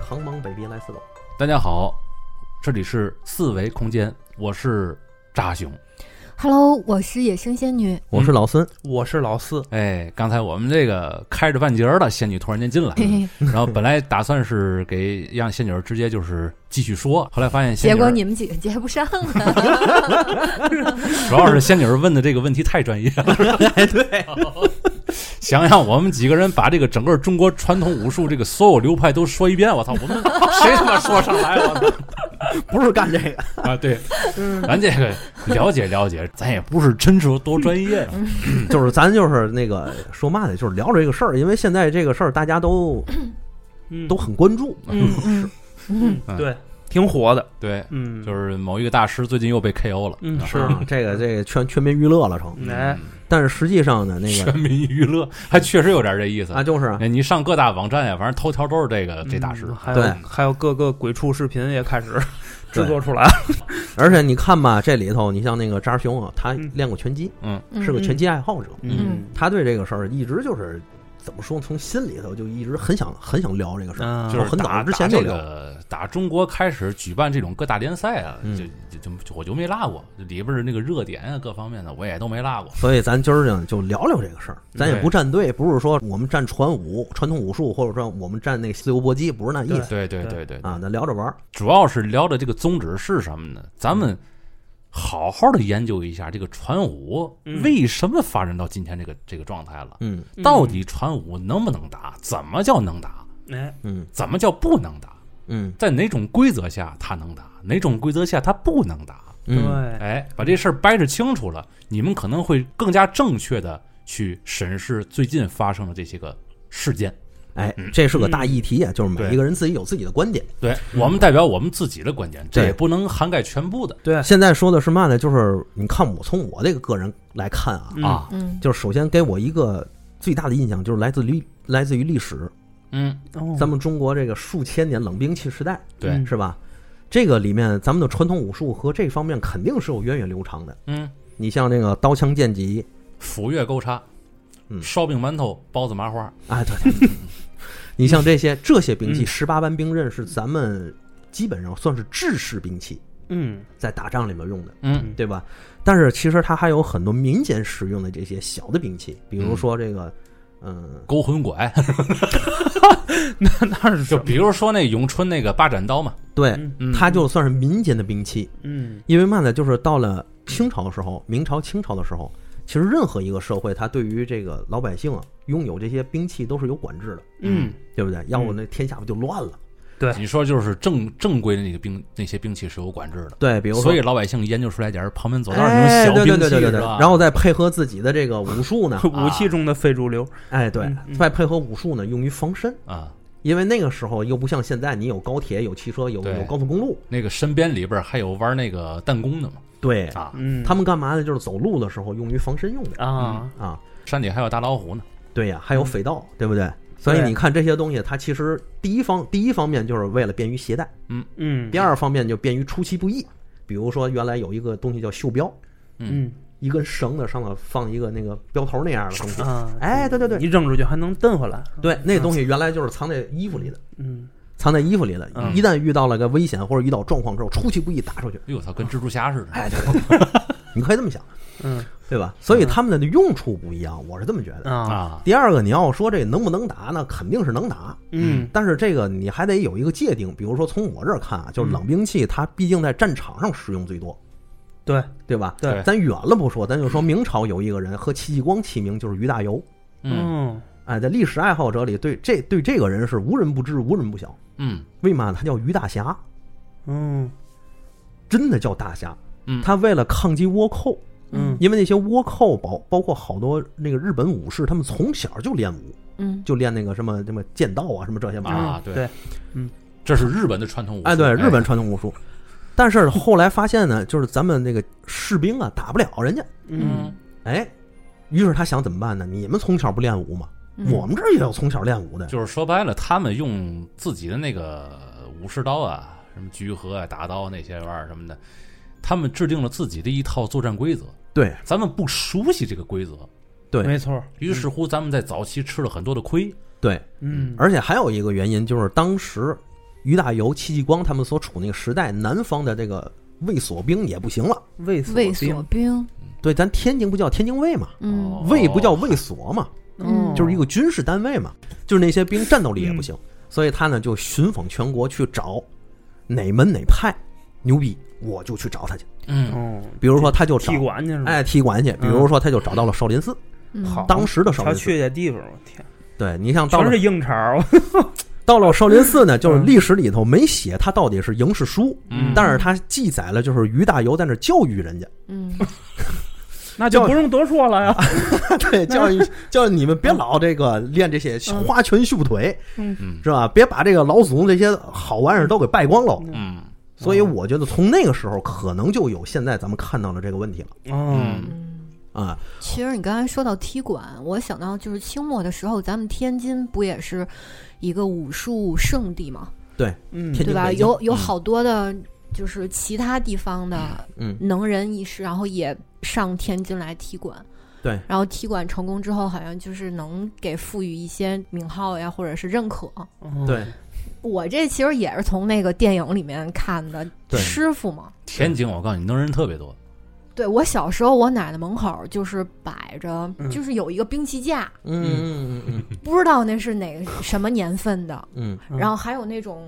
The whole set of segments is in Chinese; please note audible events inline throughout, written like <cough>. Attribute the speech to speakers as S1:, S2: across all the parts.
S1: 航芒北鼻来四宝。
S2: 大家好，这里是四维空间，我是扎熊。
S3: Hello，我是野生仙女。
S1: 我是老孙，
S4: 我是老四，
S2: 哎，刚才我们这个开着半截儿的仙女突然间进来，
S3: 嘿嘿，
S2: 然后本来打算是给让仙女儿直接就是继续说，后来发现仙
S3: 结
S2: 女儿
S3: 果你们几个接不上了。
S2: 主要是仙女儿问的这个问题太专业了，
S1: 哎，对，
S2: <laughs> 想想我们几个人把这个整个中国传统武术这个所有流派都说一遍，我操，我们谁他妈说上来了？
S1: <laughs>
S2: <laughs>
S1: 不是干这个，
S2: 啊，对，咱这个了解了解，咱也不是真说多专业 <laughs> 啊，
S1: 就是咱就是那个说嘛呢，就是聊这个事儿，因为现在这个事儿大家
S4: <laughs>
S1: 都
S4: 嗯
S1: 都很关注，
S4: 嗯
S3: 嗯，嗯，
S4: 对，挺火的，
S2: 对，
S4: 嗯，
S2: 就是某一个大师最近又被 KO 了，
S4: 嗯是，
S1: 啊这个这个全全民娱乐了
S2: 嗯
S1: 成。
S4: 哎，
S1: 但是实际上呢，那个
S2: 全民娱乐，还确实有点这意思
S1: 啊，。就是啊
S2: 哎，你上各大网站呀，反正头条都是这个这大师
S4: 嗯，还
S1: 对
S4: 有还有各个鬼畜视频也开始
S1: 对
S4: 制作出来了，
S1: 而且你看吧，这里头你像那个扎熊啊，他
S4: 嗯
S1: 练过拳击，
S3: 嗯
S1: 是个拳。击爱好者，
S3: 嗯
S1: 他对这个事儿一直就是怎么说，从心里头就一直很想很想聊这个事儿。
S4: 嗯，
S2: 就
S1: 哦
S2: 是
S1: 很早
S2: 打
S1: 之前
S2: 打
S1: 就
S2: 这
S1: 聊
S2: 个打中国开始举办这种各大联赛啊，
S1: 嗯
S2: 就就就我就没落过，里边儿那个热点啊，各方面的我也都没
S1: <laughs>
S2: 落过。
S1: 所以咱今儿呢就聊聊这个事儿，咱也
S2: 对
S1: 不站队，不是说我们站传武、传统武术，或者说我们站那个自由搏击，不是那意思
S2: 对对对
S4: 对
S2: 对，
S1: 啊。咱聊着玩儿，
S2: 主要是聊的这个宗旨是什么呢？咱们好好的研究一下这个传武
S4: 嗯
S2: 为什么发展到今天这个这个状态了，
S1: 嗯
S2: 到底传武能不能打？怎么叫能打？
S4: 哎，
S1: 嗯
S2: 怎么叫不能打？
S1: 嗯
S2: 在哪种规则下他能打？哪种规则下他不能打？
S1: 嗯，
S4: 对，
S2: 哎，把这事儿掰扯清楚了，你们可能会更加正确的去审视最近发生的这些个事件。
S1: 哎
S2: 嗯，
S1: 这是个大议题啊，就是每
S2: 对
S1: 一个人自己有自己的观点。
S2: 对我们代表我们自己的观点，这
S1: 对
S2: 也不能涵盖全部的
S4: 对
S1: 现在说的是嘛呢？就是你看我从我这个个人来看啊，
S4: 嗯
S2: 啊。
S3: 嗯
S1: 就是首先给我一个最大的印象就是来自于来自于历史，
S2: 嗯，
S4: 哦
S1: 咱们中国这个数千年冷兵器时代
S2: 对，
S4: 嗯
S1: 是吧？这个里面咱们的传统武术和这方面肯定是有源远流长的。
S2: 嗯，
S1: 你像那个刀枪剑戟，
S2: 斧钺钩叉，
S1: 嗯
S2: 烧饼馒头、包子、麻花，
S1: 哎，对对对，你像这些这些兵器，十八般兵刃是咱们基本上算是制式兵器，
S4: 嗯
S1: 在打仗里面用的，
S2: 嗯
S1: 对吧？但是其实它还有很多民间使用的这些小的兵器，比如
S2: 嗯
S1: 说这个，嗯，
S2: <laughs> 勾魂拐， <laughs>
S4: 那是
S2: 就比如说那咏春那个八斩刀嘛，
S1: 对，
S2: 嗯，
S1: 它就算是民间的兵器，
S4: 嗯
S1: 因为嘛呢，就是到了清朝的时候，明朝、清朝的时候，其实任何一个社会，它对于这个老百姓啊，拥有这些兵器都是有管制的，
S4: 嗯，
S1: 对不对？要不那天下不就乱了？
S2: <laughs> 你说就是正正规的那个兵那些兵器是有管制的，
S1: 对，比如说，
S2: 所以老百姓研究出来点儿旁门左道那
S1: 哎，
S2: 种小
S1: 对对
S2: 兵
S1: 对
S2: 器
S1: 对对
S2: 是
S1: 对，
S2: 吧？
S1: 然后再配合自己的这个武术
S2: <laughs>
S1: 呢
S4: 武器中的非主流，
S1: 哎，对
S4: 嗯，嗯
S1: 再配合武术呢，用于防身，
S2: 啊，
S1: 因为那个时候又不像现在，你有高铁、有汽车、有
S2: 对
S1: 有高速公路，
S2: 那个身边里边还有玩那个弹弓的嘛
S1: 对，
S2: 啊，
S4: 嗯，
S1: 他们干嘛呢？就是走路的时候用于防身用的
S4: 啊，
S1: 啊，
S2: 山里还有大老虎呢，
S1: 对呀，还有匪
S2: 嗯
S1: 盗，对不对？所以
S4: 对
S1: 你看这些东西，它其实第一方第一方面就是为了便于携带，
S4: 嗯，
S1: 第，二方面就便于出其不意。比如说原来有一个东西叫袖标，
S4: 嗯
S1: 一根绳子上面放一个那个标头那样的东西，
S4: 啊，
S1: 哎，对对对
S4: 一扔出去还能蹬回来，
S1: 对，那东西原来就是藏在衣服里的。
S4: 嗯，
S1: 藏在衣服里了。
S4: 嗯
S1: 一旦遇到了个危险或者遇到状况之后，出其不意打出去。
S2: 哎呦我操，跟蜘蛛侠似的，
S1: 哎，对对对， <laughs> 你可以这么想，
S4: 嗯
S1: 对吧？所以他们的用处不一样，我是这么觉得。
S4: 啊，
S2: 啊，
S1: 第二个，你要说这能不能打，那肯定是能打，
S4: 嗯
S1: 但是这个你还得有一个界定。比如说，从我这儿看啊，
S4: 嗯
S1: 就是冷兵器，它毕竟在战场上使用最多，
S4: 对，
S1: 对吧？
S4: 对
S1: 咱远了不说，咱就说明朝有一个人和戚继光齐名，就是于大猷。
S2: 嗯
S4: 嗯
S1: 哎，在历史爱好者里，对这对这个人是无人不知、无人不晓。
S2: 嗯
S1: 为嘛他叫于大侠？
S4: 嗯
S1: 真的叫大侠。
S2: 嗯
S1: 他为了抗击倭寇，
S4: 嗯
S1: 因为那些倭寇包包括好多那个日本武士，他们从小就练武，
S3: 嗯
S1: 就练那个什么什么剑道啊，什么这些玩意儿。
S2: 啊，
S4: 嗯对
S2: 对，这是日本的传统武术，
S1: 哎，对，日本传统武术。但是后来发现呢，就是咱们那个士兵啊，打不了人家。
S4: 嗯
S1: 哎，于是他想怎么办呢？你们从小不练武吗？
S3: 嗯
S1: 我们这儿也有从小练武的。
S2: 哎就是说白了，他们用自己的那个武士刀啊，什么居合啊、打刀那些玩意儿什么的，他们制定了自己的一套作战规则。
S1: 对
S2: 咱们不熟悉这个规则，
S4: 嗯没错，
S2: 于是乎咱们在早期吃了很多的亏。
S1: 对，
S4: 嗯，
S1: 而且还有一个原因就是当时于大猷、戚继光他们所处那个时代，南方的这个卫所兵也不行了。
S4: 卫所
S3: 卫
S4: 兵
S3: 所，兵，
S1: 对，咱天津不叫天津卫嘛，
S3: 嗯
S2: 哦
S1: 卫不叫卫所嘛，
S3: 嗯
S1: 就是一个军事单位嘛，就是那些兵战斗力也不行，哦嗯所以他呢就寻访全国去找哪门哪派牛逼，我就去找他去。
S2: 嗯
S4: 哦，
S1: 比如说，他就找
S4: 踢馆去是吧？
S1: 哎踢哦馆去，比如说他就找到了少林寺，
S3: 嗯
S4: 好
S1: 当时的少
S4: 瞧
S1: 林寺。
S4: 去这地方，我天，
S1: 对你像到
S4: 全
S1: 了
S4: 是硬茬
S1: <laughs>
S4: 儿，
S1: 到了少林寺呢，就是
S4: 嗯
S1: 历史里头没写他到底是赢是输，
S2: 嗯
S1: 但是他记载了就是于大猷在那儿教育人家， <laughs>
S3: 嗯，
S4: 那
S1: 就
S4: 就不用多说
S1: <laughs>
S4: 了呀。
S1: 对，教育教育你们别老这个练这些花拳绣腿，
S2: 嗯
S1: 是吧？别把这个老祖宗这些好玩意儿都给败光喽。
S2: 嗯
S1: 所以我觉得从那个时候可能就有现在咱们看到的这个问题了
S4: 嗯，
S1: 啊。
S3: 其实你刚才说到踢馆，我想到就是清末的时候，咱们天津不也是一个武术圣地嘛，
S4: 嗯，
S1: 天
S3: 对吧？
S1: 北京
S3: 有有
S2: 嗯
S3: 好多的，就是其他地方的
S1: 嗯，
S3: 能人异士，然后也上天津来踢馆。
S1: 对，
S3: 然后踢馆成功之后，好像就是能给赋予一些名号呀，或者是认可。
S4: 嗯
S1: 对，
S3: 我这其实也是从那个电影里面看的，
S1: 对
S3: 师傅嘛。
S2: 天津，我告诉你，能人特别多。
S3: 对我小时候，我奶奶门口就是摆着，
S4: 嗯
S3: 就是有一个兵器架，
S1: 嗯嗯嗯
S3: 不知道那是哪个什么年份的。
S1: 嗯
S4: 嗯
S3: 然后还有那种，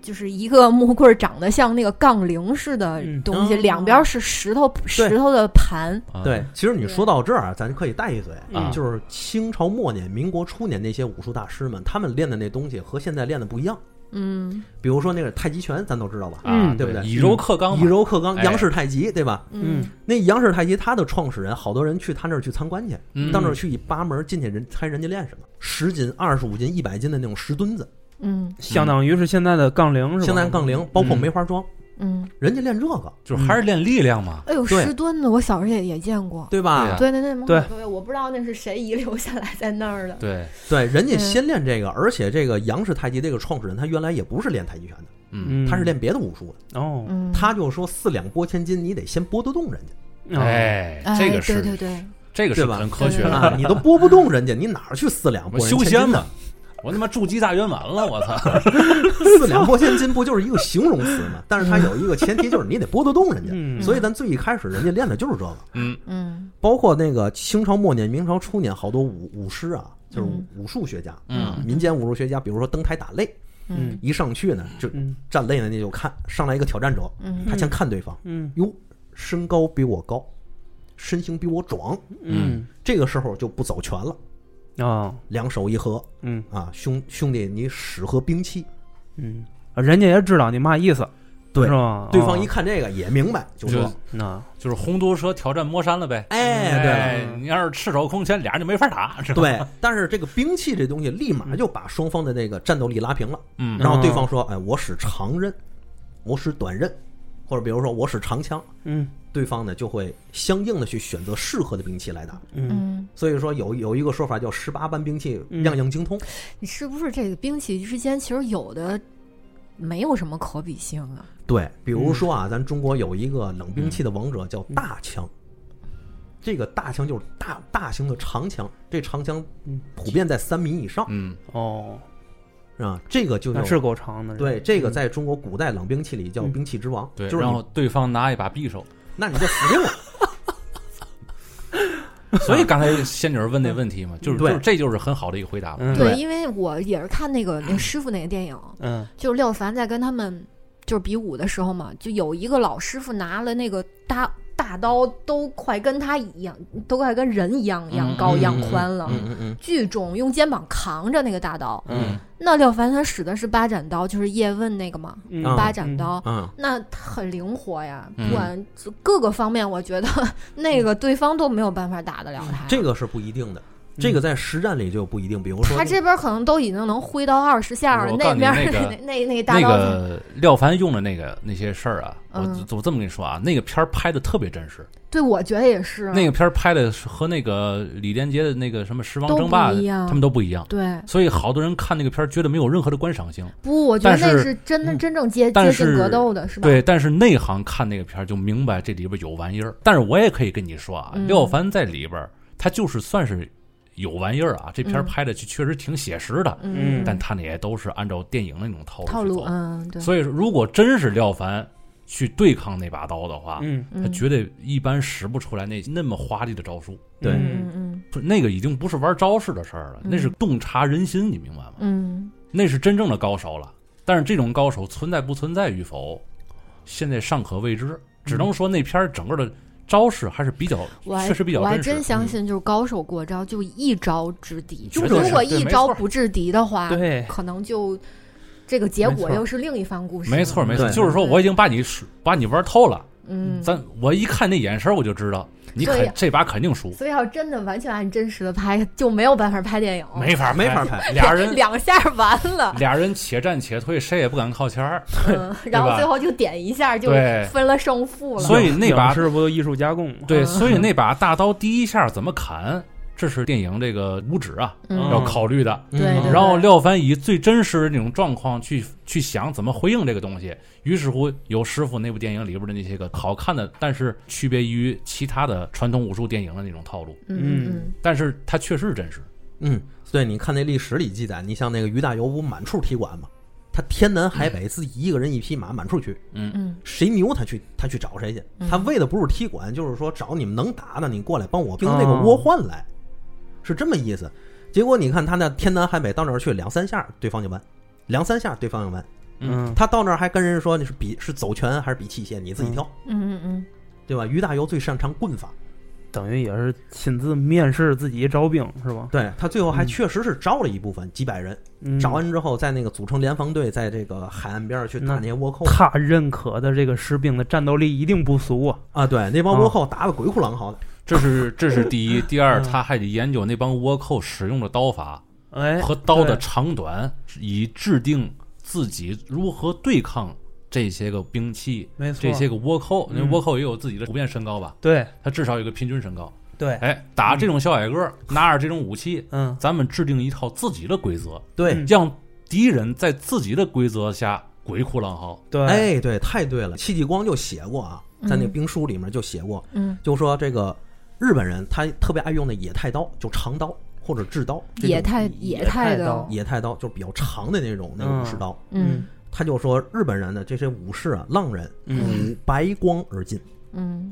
S3: 就是一个木棍儿长得像那个杠铃似的
S4: 嗯
S3: 东西，
S1: 哦
S3: 两边是石头石头的盘。
S2: 啊
S1: 嗯，对。其实你说到这儿啊，咱可以带一嘴
S2: 啊
S1: 就是清朝末年、民国初年那些武术大师们，他们练的那东西和现在练的不一样。
S3: 嗯
S1: 比如说那个太极拳，咱都知道吧？
S2: 啊，
S4: 嗯
S1: 对不对
S2: 以柔克刚
S1: 以
S2: 嘛，
S1: 柔克刚，
S2: 哎
S1: 杨氏太极，对吧？
S4: 嗯
S1: 那杨氏太极，它的创始人，好多人去他那儿去参观去，
S2: 嗯
S1: 到那儿去一扒门进去，人猜人家练什么，十斤、二十五斤、一百斤的那种石墩子，
S3: 嗯
S4: 相当于是现在的杠铃是吧？
S1: 现在杠铃，包括梅花桩，
S3: 嗯，
S1: 人家练这个，
S2: 就是还是练力量嘛。
S3: 哎呦，
S1: 对
S3: 石墩子，我小时候也也见过。
S1: 对吧？
S2: 对啊
S3: 对对对，门口
S4: 对
S3: 都有，我不知道那是谁遗留下来在那
S1: 嗯
S3: 儿的。
S2: 对，
S1: 对，人家
S3: 嗯
S1: 先练这个，而且这个杨氏太极这个创始人，他原来也不是练太极拳的，
S2: 嗯，
S4: 嗯，
S1: 他是练别的武术的。
S4: 哦，
S3: 嗯，
S1: 他就说四两拨千斤，你得先拨得动人家，
S2: 哎，
S3: 哎，
S2: 这个
S3: 对对
S2: 是
S3: 对，
S2: 这个
S1: 嗯
S2: 是
S1: 哦对吧
S2: 很科学
S1: 是吧？
S2: 的。
S1: 啊
S2: 啊
S1: 你都拨不动人家，你哪儿去四两
S2: 我
S1: 拨人
S2: 修
S1: 千
S2: 仙
S1: 斤呢？
S2: 嘛，我他妈筑基大圆满了，我操！
S1: 四两拨千斤不就是一个形容词吗？但是它有一个前提，就是你得拨得动人家。
S4: 嗯，
S1: 所以咱最一开始人家练的就是这个，
S2: 嗯
S3: 嗯
S1: 包括那个清朝末年、明朝初年，好多武武师啊，就是武
S3: 嗯
S1: 武术学家，
S2: 嗯
S1: 民间武术学家，比如说登台打擂，
S3: 嗯
S1: 一上去呢就
S4: 嗯
S1: 站擂呢，那就看上来一个挑战者，
S3: 嗯
S1: 他先看对方，
S4: 嗯
S1: 哟，身高比我高，身形比我壮，
S4: 嗯
S1: 这个时候就不走拳了，
S4: 哦
S1: 两手一合
S4: 嗯
S1: 啊，兄兄弟，你使何兵器？
S4: 嗯，人家也知道你嘛意思，
S1: 对
S4: 是吧？
S1: 对方一
S4: 哦
S1: 看这个也明白，就说
S2: 就
S4: 那
S2: 就是洪都车挑战魔山了呗。
S1: 哎，对了。
S2: 哎你要是赤手空拳，俩人就没法打。是吧，
S1: 对，但是这个兵器这东西立马就把双方的那个战斗力拉平了。
S2: 嗯
S1: 然后对方说：“哎，我使长刃，我使短刃，或者比如说我使长枪。
S4: 嗯”
S1: 对方呢就会相应的去选择适合的兵器来打。
S4: 嗯
S3: 嗯，
S1: 所以说有有一个说法叫“十八般兵器，
S4: 嗯
S1: 样样精通
S3: 你是不是这个兵器之间其实有的没有什么可比性啊？”。
S1: 对，比如说啊，咱中国有一个冷兵器的王者叫大枪。这个大枪就是大大型的长枪，这长枪
S4: 嗯
S1: 普遍在三米以上
S2: 嗯
S4: 哦，
S1: 啊，这个就
S4: 那
S1: 叫
S4: 是够嗯长的，
S1: 对，这个在中国古代冷兵器里叫兵器之王，
S2: 对，
S1: 就是
S2: 然
S1: 你
S2: 后对方拿一把匕首，
S1: 那你就死定了。
S2: 所以刚才仙女儿问那问题嘛，就是就
S1: 对
S2: 是这就是很好的一个回答嘛。
S4: 嗯
S3: 对，
S1: 对
S3: 因为我也是看那个那师傅那个电影，
S4: 嗯
S3: 就廖凡在跟他们就是比武的时候嘛，就有一个老师傅拿了那个大大刀，都快跟他一样，都快跟人一样一样高
S2: 嗯
S3: 一样宽了，
S1: 嗯嗯嗯，
S3: 巨重，用肩膀扛着那个大刀。
S4: 嗯
S3: 那廖凡他使的是八斩刀，就是叶问那个嘛，
S4: 嗯
S1: 啊
S3: 八斩刀。
S1: 嗯，
S3: 那很灵活呀，
S2: 嗯
S3: 不管就各个方面，我
S2: <laughs>
S3: 觉得那个对方都没有办法打得了
S2: 嗯
S3: 他。
S1: 嗯这个是不一定的，这个在实战里就不一定。比如说
S3: 他这边可能都已经能挥刀二十下了，
S2: 我告诉你
S3: 边
S2: 那
S3: <laughs> 那
S2: 个
S3: 那那大
S2: 那
S3: 刀，
S2: 个廖凡用的那个那些事儿啊，我
S3: 嗯
S2: 我这么跟你说啊，那个片儿拍的特别真实，
S3: 对我觉得也是
S2: 那个片儿拍的是和那个李连杰的那个什么《狮王
S3: 都
S2: 争霸
S3: 不一》样
S2: 他们都不一样，
S3: 对，
S2: 所以好多人看那个片儿觉得没有任何的观赏性。
S3: 不，我觉得
S2: 但是嗯
S3: 那是真的真正接接
S2: 但
S3: 近
S2: 是
S3: 格斗的，是吧？
S2: 对，但是内行看那个片儿就明白这里边有玩意儿。但是我也可以跟你说啊，
S3: 嗯
S2: 廖凡在里边儿他就是算是有玩意儿啊，这片儿拍的确实挺写实的，
S4: 嗯
S2: 但他那也都是按照电影那种套路
S3: 套
S2: 去
S3: 路，
S2: 走。
S3: 嗯，对，
S2: 所以说，如果真是廖凡去对抗那把刀的话，
S4: 嗯，
S3: 嗯
S2: 他绝对一般使不出来那那么华丽的招数。
S1: 对
S3: 嗯
S4: 嗯
S3: 嗯
S2: 不那个已经不是玩招式的事儿了，
S3: 嗯
S2: 那是洞察人心，你明白吗？
S3: 嗯
S2: 那是真正的高手了。但是这种高手存在不存在与否，现在尚可未知，只能说那片儿整个的招式还是比较，
S3: 嗯我还
S2: 确实比较
S3: 我还
S2: 真实。嗯
S3: 真相信，就是高手过招，就一招制敌。
S2: 绝
S3: 就
S2: 对
S3: 如
S2: 是
S3: 果
S2: 对
S3: 一
S2: 没
S3: 招
S2: 错
S3: 不制敌的话，
S4: 对
S3: 可能就这个结
S4: 没
S3: 果
S4: 错
S3: 又是另一番故事了。
S2: 没错，没错，
S1: 对
S2: 就是说我已经把你是把你玩透了，
S3: 嗯，
S2: 咱我一看那眼神我就知道你
S3: 所以
S2: 肯这把肯定输，
S3: 所以要真的完全按真实的拍，就没有办法拍电影，
S2: 没法
S1: 没法
S2: 拍，
S1: 拍。
S2: 俩人
S3: 两下完
S2: <laughs>
S3: 了，
S2: 俩人且战且退，谁也不敢靠前儿，
S3: 嗯，然后
S2: 吧
S3: 最后就点一下就
S2: 对
S3: 分了胜负了。
S2: 所以那把
S4: 影视不都艺术加工吗？
S2: 对，
S3: 嗯
S2: 所以那把大刀第一下怎么砍，这是电影这个五指啊
S3: 嗯
S2: 要考虑的。
S3: <laughs> 对对
S1: 嗯
S3: 对
S2: 然后廖凡以最真实的那种状况去去想怎么回应这个东西，于是乎有师傅那部电影里边的那些个好看的，但是区别于其他的传统武术电影的那种套路，
S3: 嗯嗯
S4: 嗯
S2: 但是它确实是真实。
S1: 嗯，对，你看那历史里记载，你像那个于大猷不满处踢馆嘛，他天南海北自己一个人一匹马满处去，
S3: 嗯
S1: 谁牛他去他去找谁去，他为的不是踢馆，就是说找你们能打的，你过来帮
S2: 哦
S1: 我兵那个倭患来，是这么意思。结果你看他那天南海北到那儿去两三下对方就完，两三下对方就完，
S4: 嗯，
S1: 他到那儿还跟人说你是比是走拳还是比器械，你自己挑，
S3: 嗯嗯嗯，
S1: 对吧？于大猷最擅长棍法，
S4: 等于也是亲自面试自己一招兵是吧？
S1: 对他最后还确实是招了一部分几百人，
S4: 嗯
S1: 找完之后，在那个组成联防队，在这个海岸边儿去打那些倭寇
S4: 他认可的这个士兵的战斗力一定不俗啊。
S1: 啊，对，那帮倭寇打得鬼哭狼嚎的，
S2: 这是这是第一，第二
S4: 嗯
S2: 他还得研究那帮倭寇使用的刀法
S4: 哎，
S2: 和刀的
S4: 对
S2: 长短，以制定自己如何对抗这些个兵器。
S4: 没错，
S2: 这些个倭寇，那
S4: 嗯
S2: 倭寇也有自己的普遍身高吧，
S4: 对
S2: 他至少有一个平均身高。
S4: 对，
S2: 哎，打这种小矮个儿，拿着这种武器，
S4: 嗯
S2: 咱们制定一套自己的规则，
S1: 对，
S4: 嗯
S2: 让敌人在自己的规则下鬼哭狼嚎。
S4: 嗯对，
S1: 哎，对，太对了。戚继光就写过啊，在那个兵书里面就写过，
S3: 嗯，
S1: 就说这个日本人他特别爱用的野太刀，就长刀或者制刀，这种
S3: 野太
S1: 野
S3: 太
S4: 野太
S3: 的
S4: 刀，
S1: 野太刀就是比较长的那种那种武士刀。
S3: 嗯
S1: 他就说日本人的这些武士啊，浪人
S4: 嗯
S1: 舞白光而进，
S3: 嗯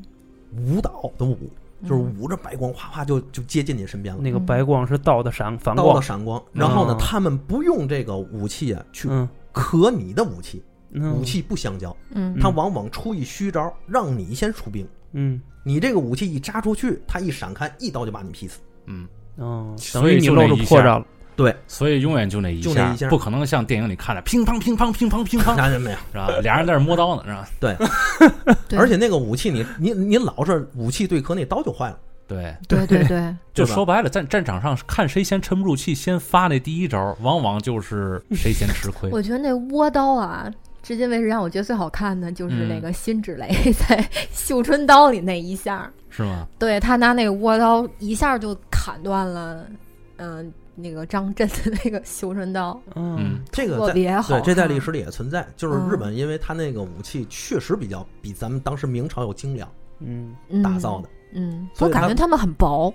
S1: 舞蹈的舞就是舞着白光，哗哗就就接近你身边了。
S4: 那个白光是刀的闪反
S1: 刀的
S4: 光，
S1: 闪光，然后呢
S4: 嗯，
S1: 他们不用这个武器啊去
S4: 嗯，
S1: 克你的武器，
S4: 武
S1: 武，器不相交，
S3: 嗯
S1: 他往往出一虚招，让你先出兵。
S4: 嗯
S1: 你这个武器一扎出去，他一闪开，一刀就把你劈死。
S2: 嗯，
S4: 哦，
S2: 所
S4: 等
S2: 以
S4: 于你
S2: 就
S4: 露
S2: 那
S4: 出
S2: 一
S4: 破
S2: 下
S4: 绽了，
S1: 对，
S2: 所以永远就那一
S1: 就那一下
S2: 不可能像电影里看的乒乓乒乓乒乓乒
S1: <laughs>
S2: 乓，
S1: 那就没有。
S2: 是吧？俩人在那儿磨刀呢，是吧？
S3: 对
S1: 而且那个武器你，你你老是武器对磕，那刀就坏了。
S2: 对，
S3: 对
S1: <laughs>
S3: 对对，。
S2: 就
S1: 对吧
S2: 说白了，战战场上看谁先沉不住气，先发那第一招，往往就是谁先吃亏
S3: <laughs> 我觉得那倭刀啊。至今为止让我觉得最好看的就是那
S2: 嗯
S3: 个辛芷蕾 <laughs> 在绣春刀里那一下儿，
S2: 是吗？
S3: 对他拿那个倭刀一下就砍断了，嗯、那个张震的那个绣春刀，
S2: 嗯
S4: 嗯，
S1: 这个
S3: 特
S1: 在
S3: 别好
S1: 对
S3: 看。
S1: 这在历史里也存在，就是
S3: 嗯
S1: 日本因为他那个武器确实比较比咱们当时明朝要精良
S4: 嗯
S1: 打造的，
S3: 嗯，嗯，
S1: 所
S3: 我
S1: 以
S3: 感
S1: 它
S3: 觉他们很薄，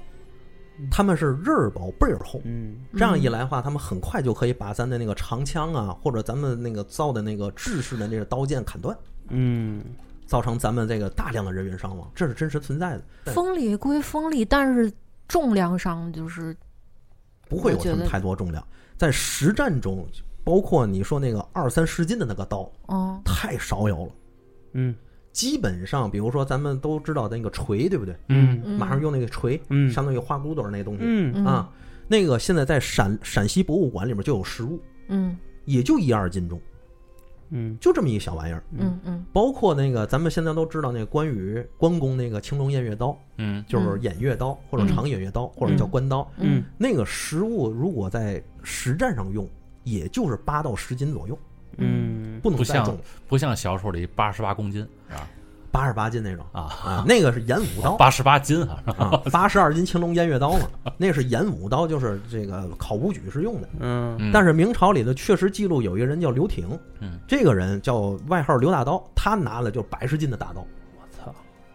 S1: 他们是刃儿薄背儿厚。
S4: 嗯
S1: 这样一
S3: 嗯，
S1: 来的话，他们很快就可以把咱的那个长枪啊，或者咱们那个造的那个制式的那个刀剑砍断，
S4: 嗯，
S1: 造成咱们这个大量的人员伤亡，这是真实存在的，
S3: 锋利归锋利，但是重量上就是
S1: 不会有什么太多重量。在实战中，包括你说那个二三十斤的那个刀，
S3: 嗯
S1: 太少有了。
S4: 嗯
S1: 基本上，比如说咱们都知道的那个锤，对不对？
S4: 嗯
S3: 嗯
S1: 马上用那个锤，
S4: 嗯
S1: 上头有花骨朵儿那东西、
S4: 嗯，
S1: 啊，那个现在在陕陕西博物馆里面就有实物，
S3: 嗯
S1: 也就一二斤重，
S4: 嗯
S1: 就这么一小玩意儿。
S3: 嗯嗯
S1: 包括那个咱们现在都知道那个关羽关公那个青龙偃月刀，
S2: 嗯，
S1: 就是偃月刀或者长偃月刀或者叫关刀，
S4: 嗯
S1: 那个实物如果在实战上用，也就是八到十斤左右，
S4: 嗯，
S1: 不能
S2: 不
S1: 再
S2: 像
S1: 重，
S2: 不像小说里八十八公斤是吧？
S1: 八十八斤那种
S2: 啊，
S1: 啊，那个是偃武刀。
S2: 八十八斤啊，
S1: 啊，八十二斤青龙偃月刀嘛，那是偃武刀，就是这个考武举是用的。
S4: 嗯
S2: 嗯
S1: 但是明朝里的确实记录有一个人叫刘挺，
S2: 嗯，
S1: 这个人叫外号刘大刀，他拿了就百十斤的大刀，
S4: 我操，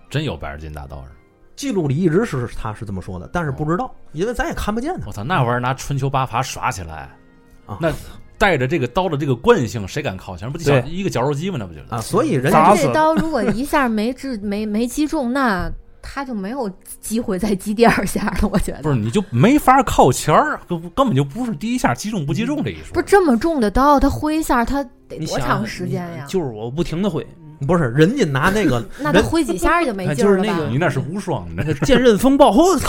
S2: 真有百十斤大刀是吧？
S1: 记录里一直是他是这么说的，但是不知道，
S2: 哦
S1: 因为咱也看不见他
S2: 我操，那玩意儿拿春秋八法耍起来
S1: 啊，
S2: 那带着这个刀的这个惯性，谁敢靠前？不就小
S4: 对
S2: 一个绞肉机吗？那不就是？
S1: 啊，所以人家
S4: 砸
S3: 但
S4: 死
S3: 这
S4: 了
S3: 刀如果一下没制没没击中，那他就没有机会再击第二下了。我觉得
S2: 不是，你就没法靠前儿，根根本就不是第一下击中不击中这一说。
S3: 不是这么重的刀，他挥一下他得
S4: 你
S3: 多
S4: 想
S3: 长时间呀？
S4: 就是我不停的挥，
S1: 不是人家拿那个
S3: 那他
S1: 人
S3: 挥几下就没劲儿了吧？
S4: 哎就是那个
S2: 你那是无双，你那
S4: 那个剑刃风暴，吼吼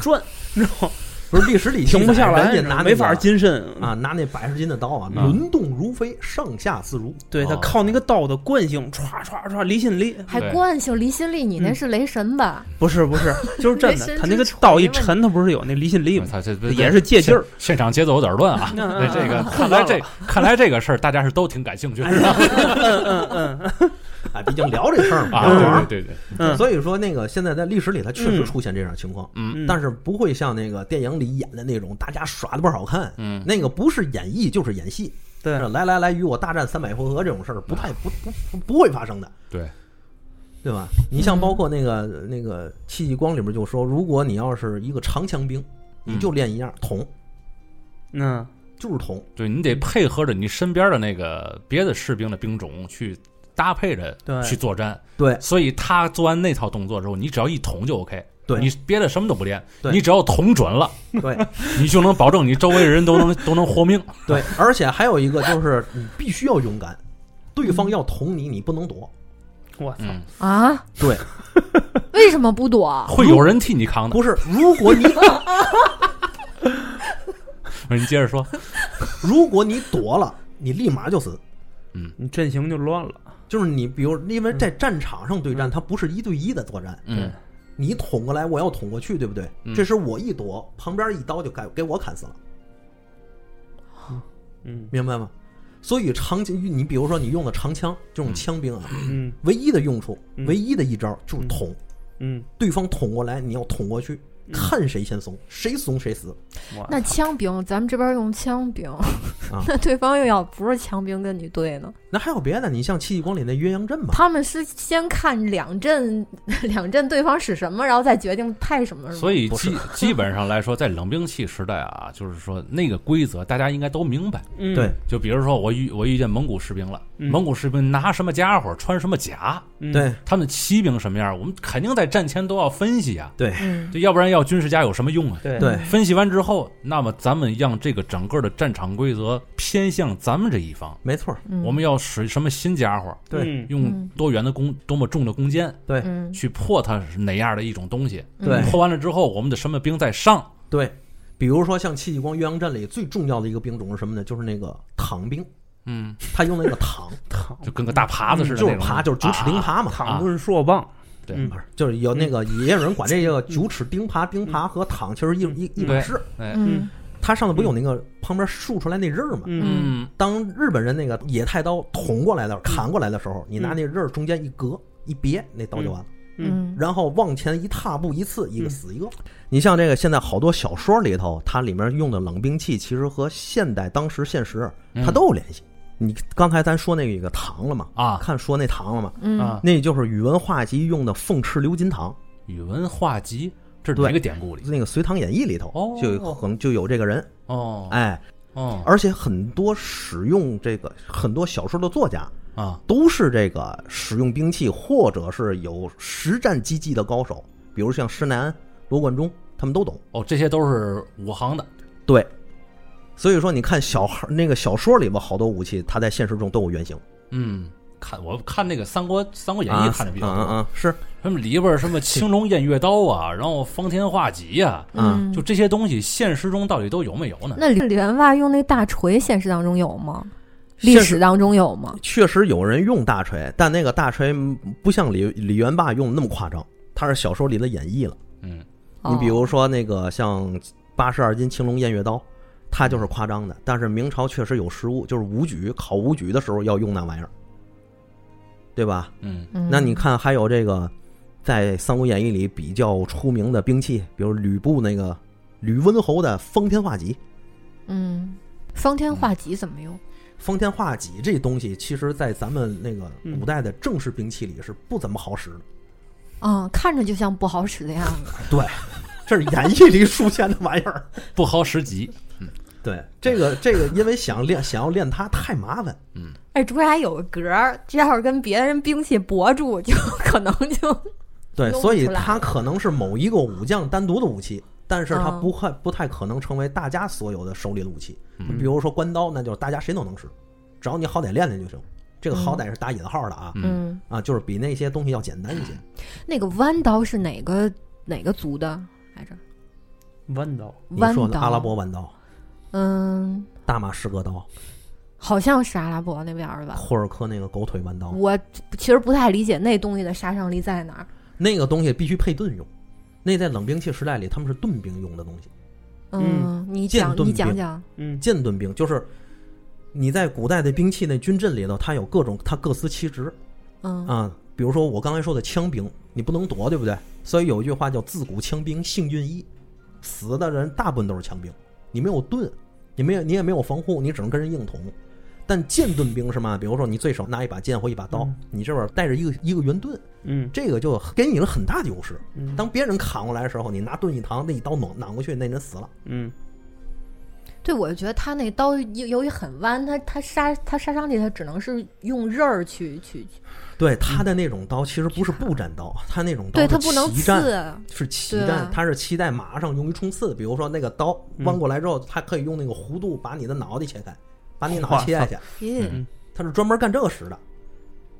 S4: 转，你知道吗？
S1: 不是历史里记载
S4: 停不下来，
S1: 人家拿那个
S4: 没法金身。
S1: 啊，拿那百十斤的刀啊，
S2: 嗯
S1: 轮动如飞，上下自如。
S4: 对他
S2: 哦
S4: 靠那个刀的惯性，歘歘歘离心力。 <laughs>
S3: 还
S2: 对
S3: 惯性离心力，你那
S4: 嗯
S3: 是雷神吧？
S4: 不是不是，就是真
S3: 人
S4: 的，
S3: 身
S4: 他那个
S3: 之锤
S4: 刀一
S3: 嘛
S4: 沉，他不是有那离心力
S2: 我
S4: 吗？
S2: 操，这这
S4: 也是借劲儿。
S2: 现现场节奏有点乱啊。
S4: <laughs> 嗯嗯
S2: <laughs> 对这个，
S4: 嗯
S2: 看来这看来这个事儿大家是都挺感兴趣的
S4: 嗯
S1: 哎，毕竟聊这事儿嘛，聊玩
S2: 啊。
S1: 儿
S2: 对对对，
S4: <laughs>
S2: <laughs>
S4: 嗯，
S1: 所以说，那个现在在历史里，它确实
S4: 嗯
S1: 出现这样情况，
S2: 嗯
S1: 但是不会像那个电影里演的那种，大家耍的倍儿好看。
S2: 嗯
S1: 那个不是演绎就是演戏，
S4: 对
S1: 是，来来来，与我大战三百回合这种事儿不太不不不不会发生的，
S2: 对，
S1: 对吧？你像包括那个那个《戚继光》里面就说，如果你要是一个长枪兵，你就练一样捅，
S4: 嗯，
S1: 就是捅。
S2: 对你得配合着你身边的那个别的士兵的兵种去搭配着
S4: 对
S2: 去作战。
S1: 对
S2: 所以他做完那套动作之后，你只要一捅就 OK。
S1: 对
S2: 你别的什么都不练，
S1: 对
S2: 你只要捅准了，
S1: 对
S2: 你就能保证你周围人都能 <laughs> 都能活命。
S1: 对，而且还有一个就是你必须要勇敢，对方要捅你，你不能躲。
S4: 我操，
S2: 嗯，
S3: 啊？
S1: 对，
S3: 为什么不躲？
S2: 会有人替你扛的。
S1: 不是，如果你 <laughs>
S2: 你接着说，
S1: 如果你躲了，你立马就死。
S4: 你阵型就乱了。
S1: 就是你，比如因为在战场上对战，它不是一对一的作战，
S2: 嗯，
S1: 你捅过来，我要捅过去，对不对？
S2: 嗯
S1: 这时候我一躲，旁边一刀就给给我砍死了，
S4: 嗯
S1: 明白吗？所以长枪，你比如说你用的长枪这种枪兵啊，
S4: 嗯
S1: 唯一的用处，
S4: 嗯
S1: 唯一的一招就是捅，
S4: 嗯，
S1: 对方捅过来，你要捅过去，
S4: 嗯
S1: 看谁先怂，谁怂谁死。
S4: 我
S3: 那枪兵，咱们这边用枪兵，
S1: 啊
S3: 那对方又要不是枪兵跟你对呢？
S1: 那还有别的，你像戚继光里那鸳鸯阵
S4: 啊
S1: 吧，
S3: 他们是先看两阵，两阵对方使什么，然后再决定派什么，是吗
S2: 所以
S1: 不是
S2: 基基本上来说，在冷兵器时代啊，就是说那个规则大家应该都明白。
S4: 嗯
S1: 对，
S2: 就比如说我遇我遇见蒙古士兵了，
S4: 嗯
S2: 蒙古士兵拿什么家伙，穿什么甲，
S4: 嗯
S1: 对
S2: 他们骑兵什么样，我们肯定在战前都要分析啊，
S1: 对
S3: 嗯，
S2: 就要不然要军事家有什么用啊？
S4: 对
S1: 对，
S2: 分析完之后，那么咱们让这个整个的战场规则偏向咱们这一方，
S1: 没错儿，
S3: 嗯
S2: 我们要使什么新家伙，
S1: 对
S4: 嗯
S2: 用多元的弓多么重的弓箭
S1: 对
S3: 嗯
S2: 去破它是哪样的一种东西，
S1: 对
S2: 破完了之后，我们的什么兵再上，
S1: 对。比如说像戚继光鸳鸯阵里最重要的一个兵种是什么呢？就是那个躺兵，
S2: 嗯，
S1: 他用那个
S2: <laughs>
S1: 躺，
S4: 躺
S2: 就跟个大耙子似的
S1: 嗯就
S2: 那
S1: 是
S2: 种，
S1: 爬，就是九齿钉
S2: 啊，
S1: 耙嘛。
S4: 躺棍硕棒，
S2: 对
S4: 嗯
S1: 不是，就是有那个也有人管这个九齿钉耙，钉
S2: 嗯
S1: 耙和躺其实一一一码事。
S2: 哎，
S3: 嗯
S1: 它上头不有那个旁边竖出来那刃儿吗？
S4: 嗯
S2: 嗯，
S1: 当日本人那个野太刀捅过来的、砍过来的时候，你拿那刃儿中间一隔一别，那刀就完了。
S3: 嗯
S1: 然后往前一踏步一次，一个
S4: 嗯
S1: 死一个。你像这个现在好多小说里头，它里面用的冷兵器其实和现代当时现实
S2: 嗯
S1: 它都有联系。你刚才咱说那个糖了嘛？
S2: 啊
S1: 看说那糖了嘛？
S3: 嗯
S2: 啊，
S1: 那就是宇文化及用的凤翅鎏金糖。
S2: 宇文化及，这是哪个典故里？
S1: 那个《隋唐演义》里头
S2: 哦
S1: 就有可能就有这个人，
S2: 哦，
S1: 哎，
S2: 哦
S1: 而且很多使用这个很多小说的作家
S2: 啊，
S1: 都是这个使用兵器或者是有实战击技的高手，比如像施耐庵、罗贯中，他们都懂。
S2: 哦，这些都是武行的，
S1: 对，所以说你看小孩那个小说里边好多武器，它在现实中都有原型。
S2: 嗯。看我看那个《三国三国演义
S1: 啊》
S2: 看的比较
S1: 嗯嗯
S2: 多，
S1: 嗯，是
S2: 什么里边儿什么青龙偃月刀啊，然后方天画戟呀、
S1: 嗯
S2: 就这些东西，现实中到底都有没有呢？
S3: 那李员外用那大锤，现实当中有吗？历
S1: 现实
S3: 史当中有吗？
S1: 确实有人用大锤，但那个大锤不像李李元霸用的那么夸张，他是小说里的演绎了。
S2: 嗯，
S1: 你
S3: 哦
S1: 比如说那个像八十二斤青龙偃月刀，它就是夸张的，但是明朝确实有实物，就是武举考武举的时候要用那玩意儿，对吧？
S2: 嗯
S3: 嗯，
S1: 那你看还有这个，在《三国演义》里比较出名的兵器，比如吕布那个吕温侯的方天画戟。
S3: 嗯，方天画戟怎么用？
S1: 方天画戟这东西，其实在咱们那个古代的正式兵器里是不怎么好使的，
S3: 嗯，看着就像不好使的样子。
S1: 这是演绎里出现的玩意儿。
S2: 不好十级，
S1: 对，这个这个，因为想练想要练它太麻烦，
S3: 哎，主要还有个格儿，这要是跟别人兵器搏住，就 <laughs> 可能就
S1: 对，
S3: 弄不
S1: 所以
S3: 出来
S1: 它可能是某一个武将单独的武器，但是它
S3: 嗯
S1: 不快不太可能成为大家所有的手里的武器。
S2: 嗯
S1: 比如说关刀，那就是大家谁都能使，只要你好歹练练就行。这个好歹是打引号的啊
S2: 嗯，
S3: 嗯，
S1: 啊，就是比那些东西要简单一些。
S3: 那个弯刀是哪个哪个族的来着？
S4: 弯刀，
S1: 你
S3: 弯
S1: 说
S3: 刀，
S1: 的阿拉伯弯刀、
S3: 嗯，
S1: 大马士革
S3: 啊
S1: 刀、
S3: 好像是阿拉伯那边儿的吧。
S1: 霍尔克那个狗腿弯刀，
S3: 我其实不太理解那东西的杀伤力在哪儿。
S1: 那个东西必须配盾用，那在冷兵器时代里他们是盾兵用的东西。
S3: 嗯，你
S1: 剑
S3: 讲
S1: 盾
S3: 你讲
S1: 兵
S3: 讲，
S4: 嗯，
S1: 剑盾兵就是你在古代的兵器那军阵里头，它有各种，它各司其职
S3: 嗯
S1: 啊。比如说我刚才说的枪兵，你不能躲，对不对？所以有一句话叫“自古枪兵幸运一”，死的人大部分都是枪兵，你没有盾，你没有你也没有防护，你只能跟人硬捅。但剑盾兵是嘛？比如说你最少拿一把剑或一把刀，
S4: 嗯
S1: 你这边带着一个一个圆盾，
S4: 嗯
S1: 这个就给你了很大的优势。
S4: 嗯，
S1: 当别人砍过来的时候，你拿盾一扛，那一刀攮攮过去，那人死了。
S4: 嗯
S3: 对，我觉得他那刀由由于很弯，他他杀他杀伤力，他只能是用刃儿去去，去
S1: 对他的那种刀其实不是步战刀，他那种刀
S3: 对
S1: 是
S3: 他不能
S1: 骑战，
S3: 刺。
S1: 是骑
S3: 对啊
S1: 战，它是骑在马上用于冲刺的。比如说那个刀弯过来之后，它可以用那个弧度把你的脑袋切开，把你脑袋切下去，
S3: 咦，
S4: 嗯
S1: 它是专门干这个使的。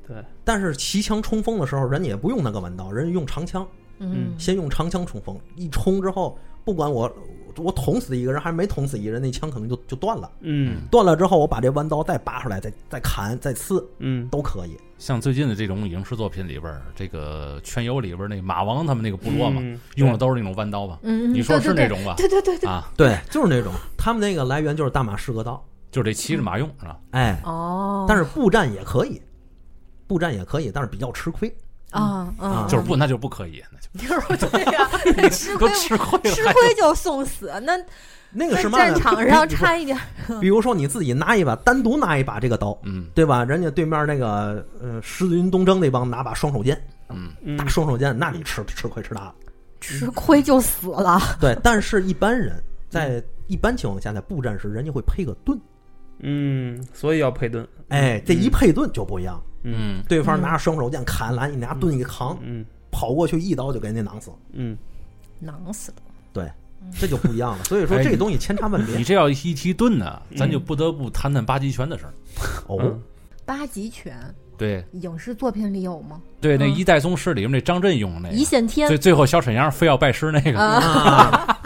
S4: 对，
S1: 但是骑枪冲锋的时候，人也不用那个弯刀，人用长枪，
S3: 嗯，
S1: 先用长枪冲锋，一冲之后，不管我我捅死一个人还是没捅死一个人，那枪可能就就断了。
S4: 嗯
S1: 断了之后，我把这弯刀再拔出来，再再砍，再刺
S4: 嗯
S1: 都可以。
S2: 像最近的这种影视作品里边儿，这个《全游》里边儿那马王他们那个部落嘛，
S4: 嗯
S2: 用的都是那种弯刀吧？
S3: 嗯，嗯
S2: 你说
S3: 对
S2: 是
S3: 对
S2: 那种吧？
S3: 对对对对，
S2: 啊，
S1: 对，就是那种，他们那个来源就是大马士革刀，
S2: 就是得骑着马用是吧？
S1: 哎，
S3: 哦，
S1: 但是步战也可以，步战也可以，但是比较吃亏。
S3: 啊啊，
S2: 就是不，那就不可以，那就
S3: <laughs> 就是对呀，那吃
S2: 都
S3: 亏
S2: 吃亏了。
S3: 吃
S2: 还
S3: 亏就送死，那
S1: 那个
S3: 在
S1: 是嘛呢？
S3: 战场上
S1: 比
S3: 差一点，
S1: 比如说你自己拿一把，单独拿一把这个刀，
S2: 嗯
S1: 对吧？人家对面那个呃十字军东征那帮拿把双手剑，
S2: 嗯，
S4: 嗯
S1: 大双手剑，那你吃吃亏吃大了。
S3: 吃亏就死了。
S1: 对，但是一般人在一般情况下，在步战时，人家会配个盾，
S4: 嗯，所以要配盾，
S1: 哎，这一配盾就不一样，
S2: 嗯，
S1: 对方拿着双手剑砍来，你拿盾一扛，
S4: 嗯
S1: 跑过去一刀就给人家囊死了，
S4: 嗯
S3: <laughs> 囊死了，
S1: 对，
S3: 嗯
S1: 这就不一样了。所以说
S2: 哎
S1: 这个东西千差万别
S2: 你。这要一提盾呢，咱就不得不谈谈八极拳的事儿。
S1: 哦
S4: 嗯，
S3: 八极拳
S2: 对
S3: 影视作品里有吗？
S2: 对，那
S3: 嗯
S2: 一代宗师里面那张震用的那
S3: 一
S2: 个，
S3: 线天
S2: 最最后小沈阳非要拜师那个，
S3: 啊，
S1: 啊，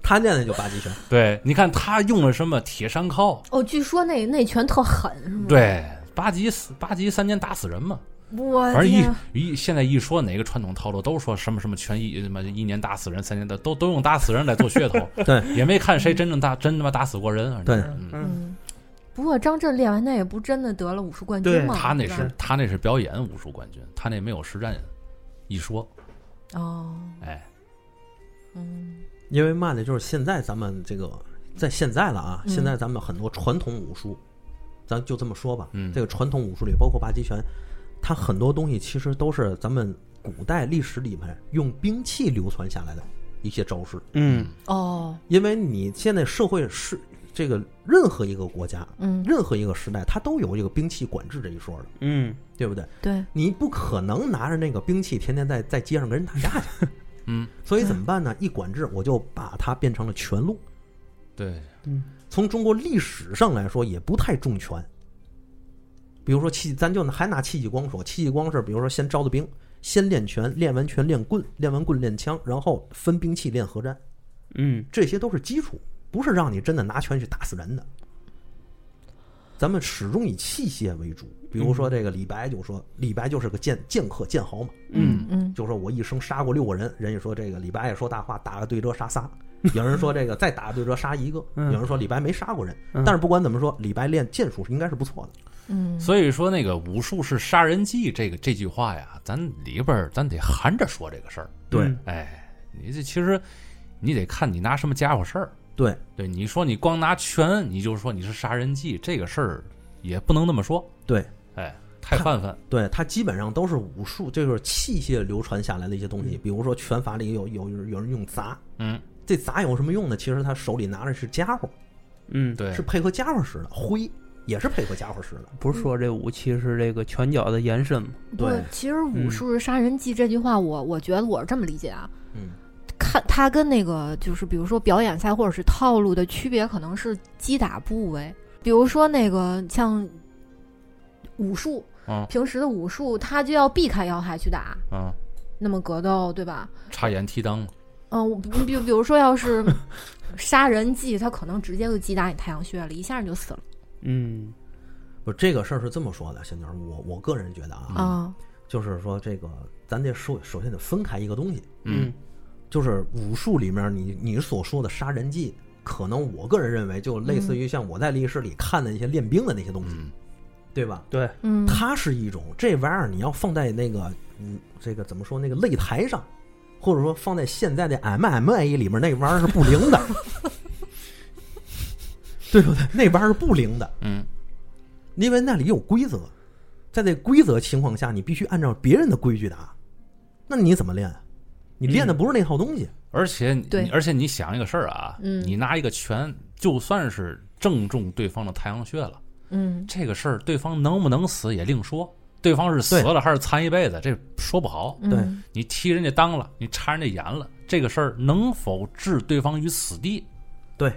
S1: 他练的就八极拳。
S2: 对，你看他用了什么铁山靠，
S3: 哦，据说那那拳特狠，是吗？
S2: 对，八极死八极三年打死人嘛。
S3: 我
S2: 反正一
S3: 天，
S2: 一现在一说哪个传统套路，都说什么什么全一什么一年打死人，三年的都都用打死人来做噱头，
S1: <laughs> 对，
S2: 也没看谁真正打真他妈打死过人。反正
S1: 对
S2: 嗯
S4: 嗯
S3: 嗯，不过张震练完那也不真的得了武术冠
S4: 对
S3: 军吗？
S2: 他那
S3: 吧
S2: 是他那是表演武术冠军，他那没有实战一说，
S3: 哦，
S2: 哎，
S3: 嗯
S1: 因为嘛呢，就是现在咱们这个在现在了啊，
S3: 嗯
S1: 现在咱们很多传统武术，咱就这么说吧，
S2: 嗯
S1: 这个传统武术里包括八极拳，它很多东西其实都是咱们古代历史里面用兵器流传下来的一些招式。
S4: 嗯
S3: 哦
S1: 因为你现在社会是这个任何一个国家、
S3: 嗯，
S1: 任何一个时代，它都有这个兵器管制这一说的，
S4: 嗯
S1: 对不对？
S3: 对，
S1: 你不可能拿着那个兵器天天在在街上跟人打架去，
S2: <laughs> 嗯，
S1: 所以怎么办呢？一管制，我就把它变成了拳路。
S2: 对，
S1: 从中国历史上来说也不太重拳。比如说戚，咱就还拿戚继光说，戚继光是比如说先招的兵，先练拳，练完拳练棍，练完棍练枪，然后分兵器练核战，
S4: 嗯
S1: 这些都是基础，不是让你真的拿拳去打死人的。咱们始终以器械为主，比如说这个李白就说，李白就是个剑剑客剑豪嘛，
S4: 嗯
S3: 嗯
S1: 就说我一生杀过六个人，人家说这个李白也说大话，打个对折杀仨。有人说这个再打个对折杀一个，
S4: 嗯
S1: 有人说李白没杀过人，
S4: 嗯
S1: 但是不管怎么说，李白练剑术是应该是不错的。
S3: 嗯，
S2: 所以说那个武术是杀人计这个这句话呀，咱里边儿咱得含着说这个事儿，
S1: 对
S4: 嗯
S2: 哎，你这其实你得看你拿什么家伙事儿，
S1: 对，
S2: 对，你说你光拿拳，你就说你是杀人计，这个事儿也不能那么说，
S1: 对，
S2: 哎，太泛泛，
S1: 对，它基本上都是武术，这就是器械流传下来的一些东
S4: 嗯
S1: 西。比如说拳法里有有有人用砸，
S2: 嗯，
S1: 这砸有什么用呢？其实他手里拿的是家伙，
S4: 嗯，
S2: 对
S1: 是，配合家伙使的，挥也是配合家伙使的。
S4: 不是说这武器是这个拳脚的延伸吗？
S3: 不
S1: 对，
S3: 其实武术是杀人技这句话，我我觉得我是这么理解啊。
S1: 嗯，
S3: 看它跟那个就是比如说表演赛或者是套路的区别，可能是击打部位。比如说那个像武术，
S2: 嗯
S3: 平时的武术它就要避开要害去打，
S2: 嗯，
S3: 那么格斗对吧？
S2: 插眼踢裆，
S3: 嗯，我你比比如说要是杀人技，它可能直接就击打你太阳穴了，一下你就死了
S4: 嗯，
S1: 不，这个事儿是这么说的，仙女儿，我我个人觉得啊，
S3: 啊。
S1: 就是说这个咱得首首先得分开一个东西，
S2: 嗯，
S1: 就是武术里面你你所说的杀人技，可能我个人认为就类似于像我在历史里看的一些练兵的那些东西，
S2: 嗯，
S1: 对吧？
S4: 对，
S3: 嗯，
S1: 它是一种这玩意儿，你要放在那个嗯，这个怎么说那个擂台上，或者说放在现在的 MMA 里面，那玩意儿是不灵的，对不对？那玩意儿是不灵的，
S2: 嗯，
S1: 因为那里有规则，在这规则情况下，你必须按照别人的规矩打，那你怎么练啊？你练的不是那套东西，
S2: 而且你
S3: 对
S2: 而且你想一个事儿啊，
S3: 嗯
S2: 你拿一个拳，就算是正中对方的太阳穴了，
S3: 嗯，
S2: 这个事儿对方能不能死也另说，对方是死
S1: 对
S2: 了还是残一辈子，这说不好。
S3: 嗯
S1: 对
S2: 你踢人家裆了，你插人家眼了，这个事儿能否置对方于死地，
S1: 对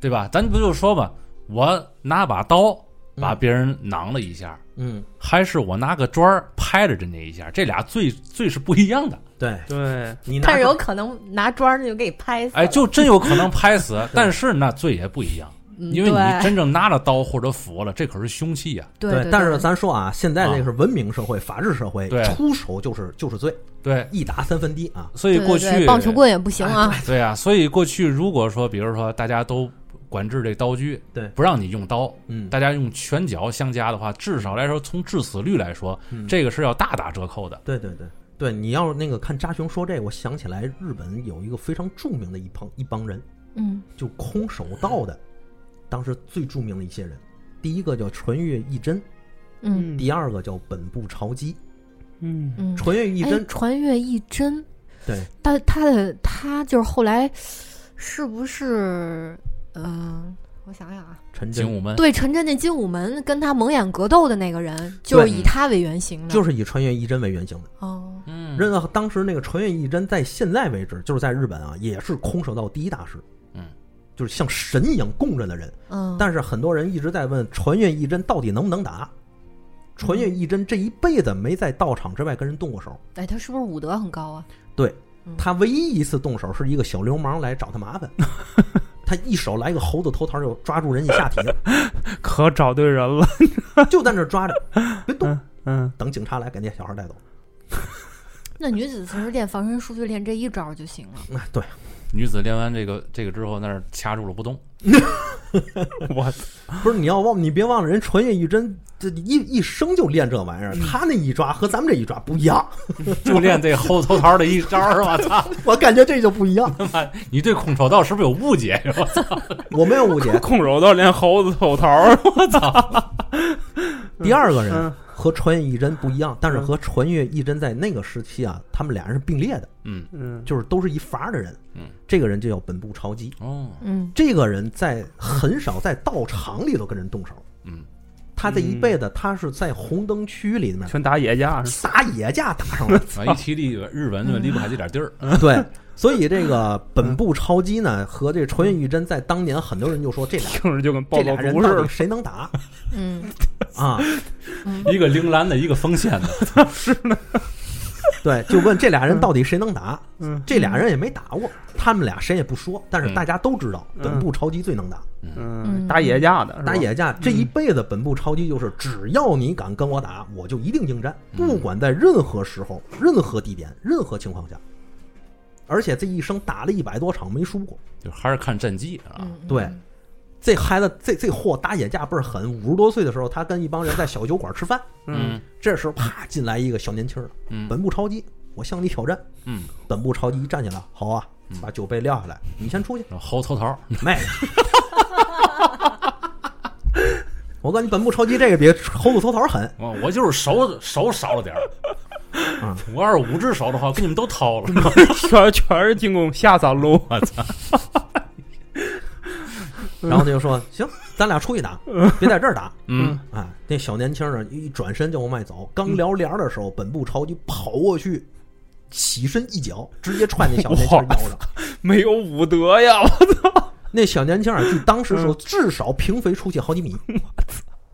S2: 对吧？咱不就说吧，我拿把刀
S1: 嗯
S2: 把别人囊了一下，
S1: 嗯，
S2: 还是我拿个砖儿拍着人家一下，这俩最最是不一样的。
S1: 对
S4: 对，
S1: 你拿
S3: 但是有
S1: 着
S3: 可能拿砖儿就给你拍死了。 <laughs>
S2: 哎，就真有可能拍死，但是那罪也不一样，
S3: 嗯
S2: 因为你
S3: 对
S2: 真正拿了刀或者斧了，这可是凶器呀、
S3: 对对，
S1: 但是咱说啊，现在这
S2: 啊
S1: 个是文明社会、法治社会
S2: 对，
S1: 出手就是就是罪，
S2: 对，
S1: 一打三分低啊。
S2: 所以
S3: 对
S2: 过
S3: 对
S2: 去
S3: 棒球棍也不行啊。
S2: 对啊，所以过去如果说，比如说大家都管制这刀具，
S1: 对
S2: 不让你用刀，
S1: 嗯，
S2: 大家用拳脚相加的话，至少来说，从致死率来说，
S1: 嗯
S2: 这个是要大打折扣的。
S1: 对对对对，你要是那个看扎熊说这，我想起来日本有一个非常著名的一帮一帮人，
S3: 嗯
S1: 就空手道的，当时最著名的一些人，第一个叫纯月义真，
S3: 嗯
S1: 第二个叫本部朝基。
S4: 嗯，
S3: 嗯，
S1: 纯月义
S3: 哎
S1: 真，
S3: 传阅一针，
S1: 对，
S3: 但他的他就是后来是不是嗯、呃我想想啊，
S1: 陈
S2: 精
S1: 真，
S2: 武门，
S3: 对，陈真那金武门跟他蒙眼格斗的那个人，就是以他为原型的，
S1: 就是是以纯月义真为原型的。
S3: 哦，
S2: 嗯，
S1: 任何当时那个纯月义真在现在为止，就是在日本啊，也是空手道第一大师。
S2: 嗯，
S1: 就是像神一样供着的人。
S3: 嗯，
S1: 但是很多人一直在问纯月义真到底能不能打。纯月义真这一辈子没在道场之外跟人动过手，
S3: 哎，他是不是武德很高啊？
S1: 对
S3: 嗯
S1: 他唯一一次动手是一个小流氓来找他麻
S2: <laughs>
S1: 烦，他一手来个猴子头头就抓住人家下体了，
S4: 可找对人了，
S1: 就在那儿抓着，别动，
S4: 嗯，
S1: 等警察来给那小孩带走。
S3: 那女子其实练防身术就练这一招就行了。
S1: 哎，对，
S2: 女子练完这个这个之后，那儿掐住了不动。
S4: <laughs> 我
S1: 不是你要忘，你别忘了人纯月一真这一一生就练这玩意儿，
S2: 嗯
S1: 他那一抓和咱们这一抓不一样，
S2: 就练这后头桃的一招儿，我 <laughs> 操！
S1: 我感觉这就不一样。
S2: 你对空手道是不是有误解？
S1: <laughs> 我没有误解。
S4: 空手道连猴子头头儿，
S1: 第二个人
S4: 嗯
S1: 和纯月一真不一样，但是
S4: 嗯
S1: 和纯月一真在那个时期啊，他们俩人是并列的，
S2: 嗯，
S4: 嗯，
S1: 就是都是一伐的人。
S2: 嗯，
S1: 这个人就叫本部朝基。
S2: 哦，
S3: 嗯
S1: 这个人在很少在道场里头跟人动手，
S2: 嗯，
S1: 他这一辈子他是在红灯区里面
S4: 全打野架是吧，
S1: 撒野架打上 <laughs> 来
S2: 啊，一提这个日文就离不开这点地儿。
S1: 的，对。所以这个本部超基呢和这纯元玉真在当年很多人就说这俩 <laughs>
S4: 听着就跟
S1: 这
S4: 暴走
S1: 俩人
S4: 族似
S1: 到底
S4: 的，
S1: 谁能 <laughs> 打
S3: 嗯
S1: 啊？
S2: 一个铃兰的，一个丰县的，
S1: 对，就问这俩人到底谁能打？
S4: 嗯
S1: 这俩人也没打过，他们俩谁也不说，但是大家都知道
S4: 嗯
S1: 本部超基最能打。
S4: 嗯，打野架的，是吧嗯
S1: 打，野架这一辈子，本部超基就是只要你敢跟我打，我就一定应战，
S4: 嗯
S1: 不管在任何时候、任何地点、任何情况下。而且这一生打了一百多场没输过，
S2: 就还是看战绩啊。
S3: 嗯，
S1: 对。这孩子，这这货打野架倍儿狠。五十多岁的时候，他跟一帮人在小酒馆吃饭，
S4: 嗯，
S1: 这时候啪进来一个小年轻儿，
S2: 嗯
S1: 本部超基，我向你挑战。
S2: 嗯，
S1: 本部超基一站起来，好啊，把酒杯撂下来， <laughs> 你先出去，
S2: 猴头桃，
S1: 妹。 <laughs> 我告诉你，本部抄袭这个比猴子头头狠。
S2: 我啊我就是手手少了点儿
S1: 嗯，
S2: <laughs> 我要是五只手的话，给你们都掏了。
S4: 全全是进攻下三路，
S3: 嗯
S1: 然后他就说：“行，咱俩出去打，别在这儿打。
S2: 嗯，”
S1: 啊，那小年轻人一转身就往外走，刚聊帘儿的时候，本部抄袭跑过去，起身一 <laughs> 脚直接踹那小年轻人腰上。
S4: 没有武德呀！ <laughs>
S1: 那小年轻啊，据当时说，至少平飞出去好几米，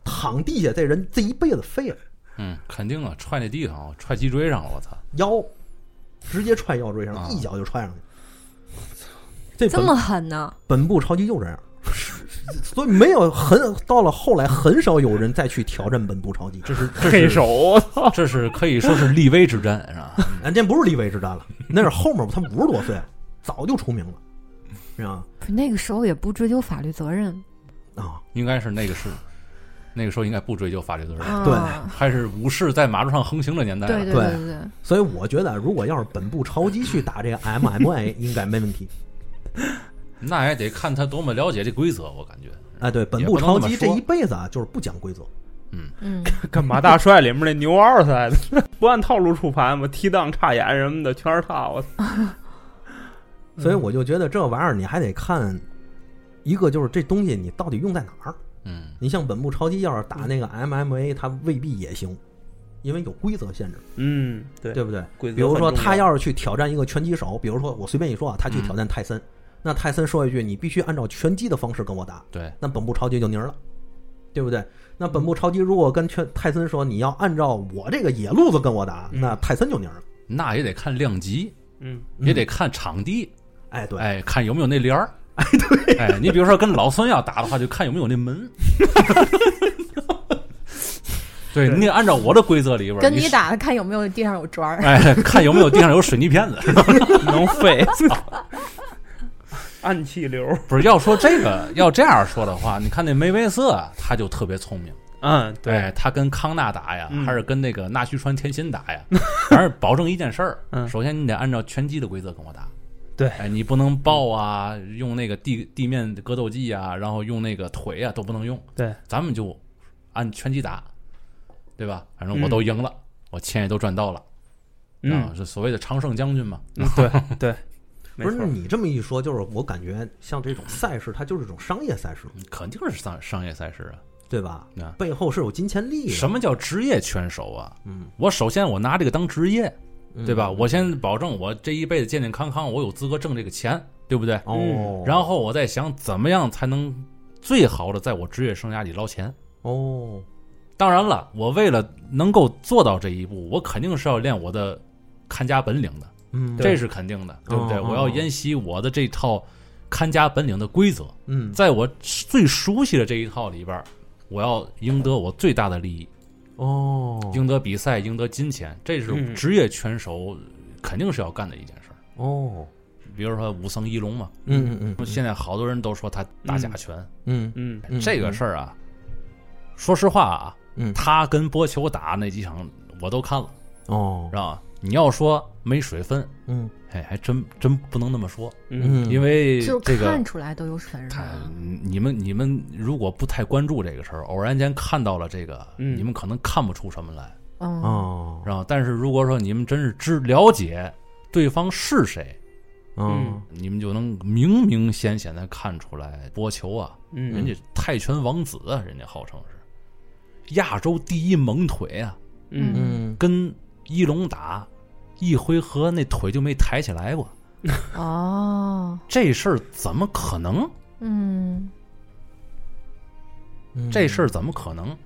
S1: 躺地下，这人这一辈子废了，
S2: <laughs> 嗯，肯定啊，踹那地上了，踹脊椎上了，我操！
S1: 腰直接踹腰椎
S2: 啊
S1: 上，一脚就踹上去。这
S3: 这
S1: 本
S3: 么狠呢？
S1: 本部超级就这样，所以没有很到了后来，很少有人再去挑战本部超级。
S2: 这是这是
S4: 黑手，我操！
S2: 这是可以说是立威之战，是吧？ <laughs>
S1: 啊，这不是立威之战了，那是后面他五十多岁了，早就出名了，是吧？
S3: 不是那个时候也不追究法律责任
S1: 啊，
S2: 应该是那个是，那个时候应该不追究法律责任，
S3: 啊！
S2: 还是武士在马路上横行的年代了。
S3: 对对
S1: 对
S3: 对对，
S1: 所以我觉得，如果要是本部超级去打这个
S2: <laughs>
S1: MMA，应该没问题。
S2: 那也得看他多么了解这规则，我感觉。
S1: 哎，对，本
S2: 也
S1: 部
S2: 不能
S1: 超
S2: 这么
S1: 级这
S2: 说
S1: 一辈子啊，就是不讲规则。
S3: 嗯，
S4: 跟马大帅里面那牛二赛的， <laughs> 不按套路出牌嘛，踢裆插眼什么的全是他，我操！
S2: 嗯
S1: 所以我就觉得这玩意儿你还得看一个，就是这东西你到底用在哪儿。
S2: 嗯，
S1: 你像本部超级要是打那个 MMA，它未必也行，因为有规则限制，
S4: 嗯，对，
S1: 对不对？
S4: 规则
S1: 比如说他
S4: 很重
S1: 要是去挑战一个拳击手，比如说我随便一说啊，他去
S2: 嗯
S1: 挑战泰森，那泰森说一句你必须按照拳击的方式跟我打，
S2: 对，
S1: 那本部超级就泥儿了，对不对？那本部超级如果跟拳泰森说你要按照我这个野路子跟我打，
S4: 嗯
S1: 那泰森就泥儿了。
S2: 那也得看量级，
S4: 嗯，
S2: 也得看场地，
S1: 哎，对，
S2: 哎，看有没有那帘
S4: <laughs>
S2: 儿。哎，对，哎，你比如说跟老孙要打的话，就看有没有那
S4: <laughs>
S2: 门。对
S4: 对
S2: 你得按照我的规则里边儿，
S3: 跟
S2: 你
S3: 你，打的看有没有地上有砖儿。
S2: 哎，看有没有地上有水泥片子。
S4: 能飞， <laughs> 暗气流，
S2: 不是要说这个，要这样说的话，你看那梅威瑟啊，他就特别聪明。
S4: 嗯，
S2: 哎，他跟康纳打呀，
S4: 嗯
S2: 还是跟那个纳须川天心
S4: <laughs>
S2: 打呀，反正保证一件事儿，
S4: 嗯
S2: 首先你得按照拳击的规则跟我打。
S4: 对
S2: 哎，你不能抱啊，用那个地地面格斗技啊，然后用那个腿啊，都不能用。
S4: 对，
S2: 咱们就按拳击打，对吧？反正我
S4: 嗯
S2: 都赢了，我钱也都赚到了，啊
S4: 嗯，，
S2: 是所谓的常胜将军嘛。
S4: 嗯对对，没
S1: 不是
S4: 错，
S1: 你这么一说，就是我感觉像这种赛事，它就是一种商业赛事，
S2: 嗯肯定是商商业赛事啊。
S1: 对吧
S2: 啊？
S1: 背后是有金钱利益的，
S2: 什么叫职业拳手啊？
S1: 嗯，
S2: 我首先我拿这个当职业，
S1: 嗯
S2: 对吧？？我先保证我这一辈子健健康康，我有资格挣这个钱，对不对？
S1: 哦，
S2: 嗯然后我再想怎么样才能最好的在我职业生涯里捞钱。
S1: 哦，
S2: 当然了，我为了能够做到这一步，我肯定是要练我的看家本领的，
S1: 嗯，
S2: 这是肯定的，对不对？
S1: 哦哦
S2: 我要沿袭我的这套看家本领的规则，
S1: 嗯，
S2: 在我最熟悉的这一套里边儿，我要赢得我最大的利益，
S1: 哦，
S2: 赢得比赛，赢得金钱，这是
S4: 嗯
S2: 职业拳手肯定是要干的一件事儿。
S1: 哦，
S2: 比如说武僧一龙嘛，
S1: 嗯嗯嗯
S2: 现在好多人都说他打假拳，
S1: 嗯
S4: 嗯
S1: 嗯，
S2: 这个事儿啊，说实话啊，
S1: 嗯
S2: 他跟波球打那几场我都看了，
S1: 哦
S2: 知，道吧？你要说没水分，
S1: 嗯
S2: 哎，还真真不能那么说，
S4: 嗯，
S2: 因为
S3: 就
S2: 这个
S3: 看。出来都有水
S2: 看
S3: 了。
S2: 你们，你们如果不太关注这个事儿，偶然间看到了这个，
S4: 嗯
S2: 你们可能看不出什么来，
S3: 嗯，
S1: 哦
S2: 知，道吧？但是如果说你们真是知了解对方是谁，
S1: 嗯
S2: 你们就能明明显显的看出来，波球啊，
S4: 嗯
S2: 人家泰拳王子啊，人家号称是亚洲第一猛腿啊，
S4: 嗯
S1: 嗯，
S2: 跟一龙打一回合那腿就没抬起来过，
S3: 哦，
S2: 这事儿怎么可能？
S3: 嗯，
S1: 嗯
S2: 这事儿怎么可能？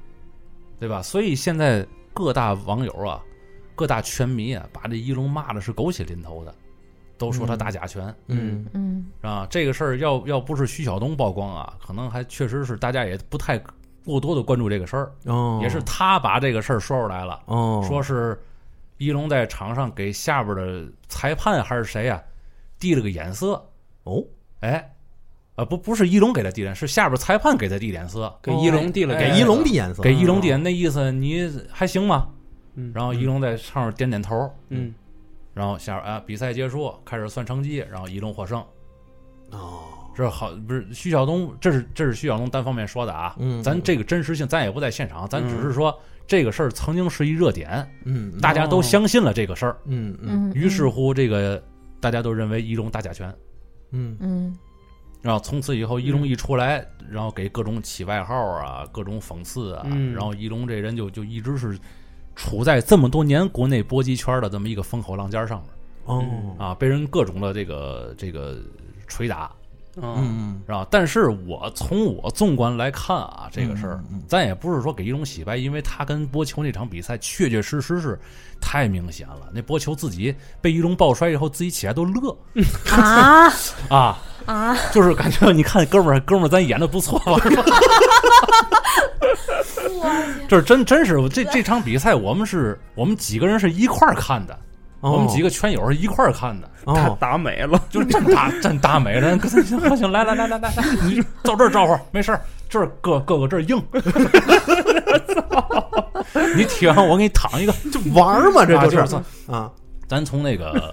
S2: 对吧？所以现在各大网友啊，各大拳迷啊，把这一龙骂的是狗血淋头的，都说他打假拳。
S1: 嗯
S3: 嗯，
S2: 啊，这个事儿要要不是徐晓东曝光啊，可能还确实是大家也不太过多的关注这个事儿，
S1: 哦，
S2: 也是他把这个事儿说出来了，
S1: 哦，
S2: 说是一龙在场上给下边的裁判还是谁呀、递了个眼色，
S1: 哦，
S2: 哎，啊不不是一龙给他递脸，是下边裁判给他递脸色，
S4: 给一龙递了
S1: 给
S2: 哎
S1: 一龙递眼色，
S2: 给一龙递脸那意思你还行吗？
S4: 嗯
S2: 然后一龙在上面点点头，
S4: 嗯
S2: 然后下边啊比赛结束开始算成绩，然后一龙获胜，
S1: 哦，
S2: 这好不是徐晓东，这是这是徐晓东单方面说的啊。
S1: 嗯
S2: 咱这个真实性，咱也不在现场，啊咱只
S4: 嗯
S2: 是说这个事儿曾经是一热点，
S1: 嗯
S2: 大家都相信了这个事儿，
S1: 嗯嗯
S3: 嗯，
S2: 于是乎这个大家都认为一龙大甲醛，
S1: 嗯
S3: 嗯，
S2: 然后从此以后一龙一出来，然后给各种起外号啊，各种讽刺啊，
S4: 嗯
S2: 然后一龙这人就就一直是处在这么多年国内搏击圈的这么一个风口浪尖上面
S1: 哦
S2: 啊，被人各种的这个这个捶打，
S4: 嗯
S1: 嗯
S2: 是吧？但是我从我纵观来看啊，这个事儿，
S1: 嗯嗯
S2: 咱也不是说给一龙洗白，因为他跟波球那场比赛确确实实是太明显了。那波球自己被一龙抱摔以后，自己起来都乐
S3: <laughs> 啊
S2: 啊，
S3: 啊，
S2: 就是感觉你看哥们儿，哥们儿，咱演的不错吧？是吧这是真真是这这场比赛，我们是我们几个人是一块儿看的，
S1: 哦
S2: 我们几个圈友是一块儿看的，
S4: 他
S1: 哦
S4: 打美了，
S2: 就是真打真打美人，行行行，来来来来来来，你到这儿招呼，没事儿，这儿哥哥哥这儿硬， <laughs> 你踢完我给你躺一个，
S1: 就玩儿嘛，这
S2: 啊
S1: 就是
S2: 就是
S1: 啊，
S2: 咱从那个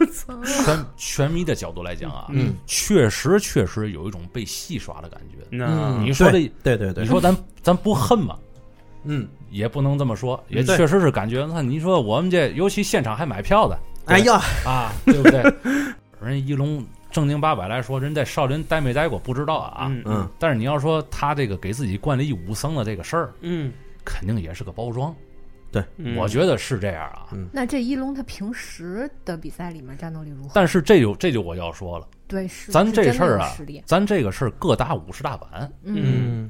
S2: 全全迷的角度来讲啊，
S1: 嗯，
S2: 确实确实有一种被戏耍的感觉。
S4: 那
S2: 嗯你说
S1: 对
S2: 这
S1: 对嗯对
S2: 你
S1: 对，
S2: 说咱咱不恨吗？
S1: 嗯，
S2: 也不能这么说，也
S1: 嗯对
S2: 确实是感觉。那你说我们这，尤其现场还买票的
S1: 哎呀，
S2: <laughs> 啊，对不对？人家一龙正经八百来说，人在少林待没待过不知道啊。
S4: 嗯
S1: 嗯
S2: 但是你要说他这个给自己灌了一武僧的这个事儿，
S4: 嗯，
S2: 肯定也是个包装，
S4: 嗯
S2: 我觉得是这样啊。
S1: 嗯
S3: 那这一龙他平时的比赛里面战斗力如何？
S2: 但是这有这就我要说了，
S3: 对，是
S2: 咱
S3: 是
S2: 这
S3: 真的
S2: 事儿
S3: 有
S2: 啊
S3: 实力，
S2: 咱这个事儿各打五十大板。
S3: 嗯
S1: 嗯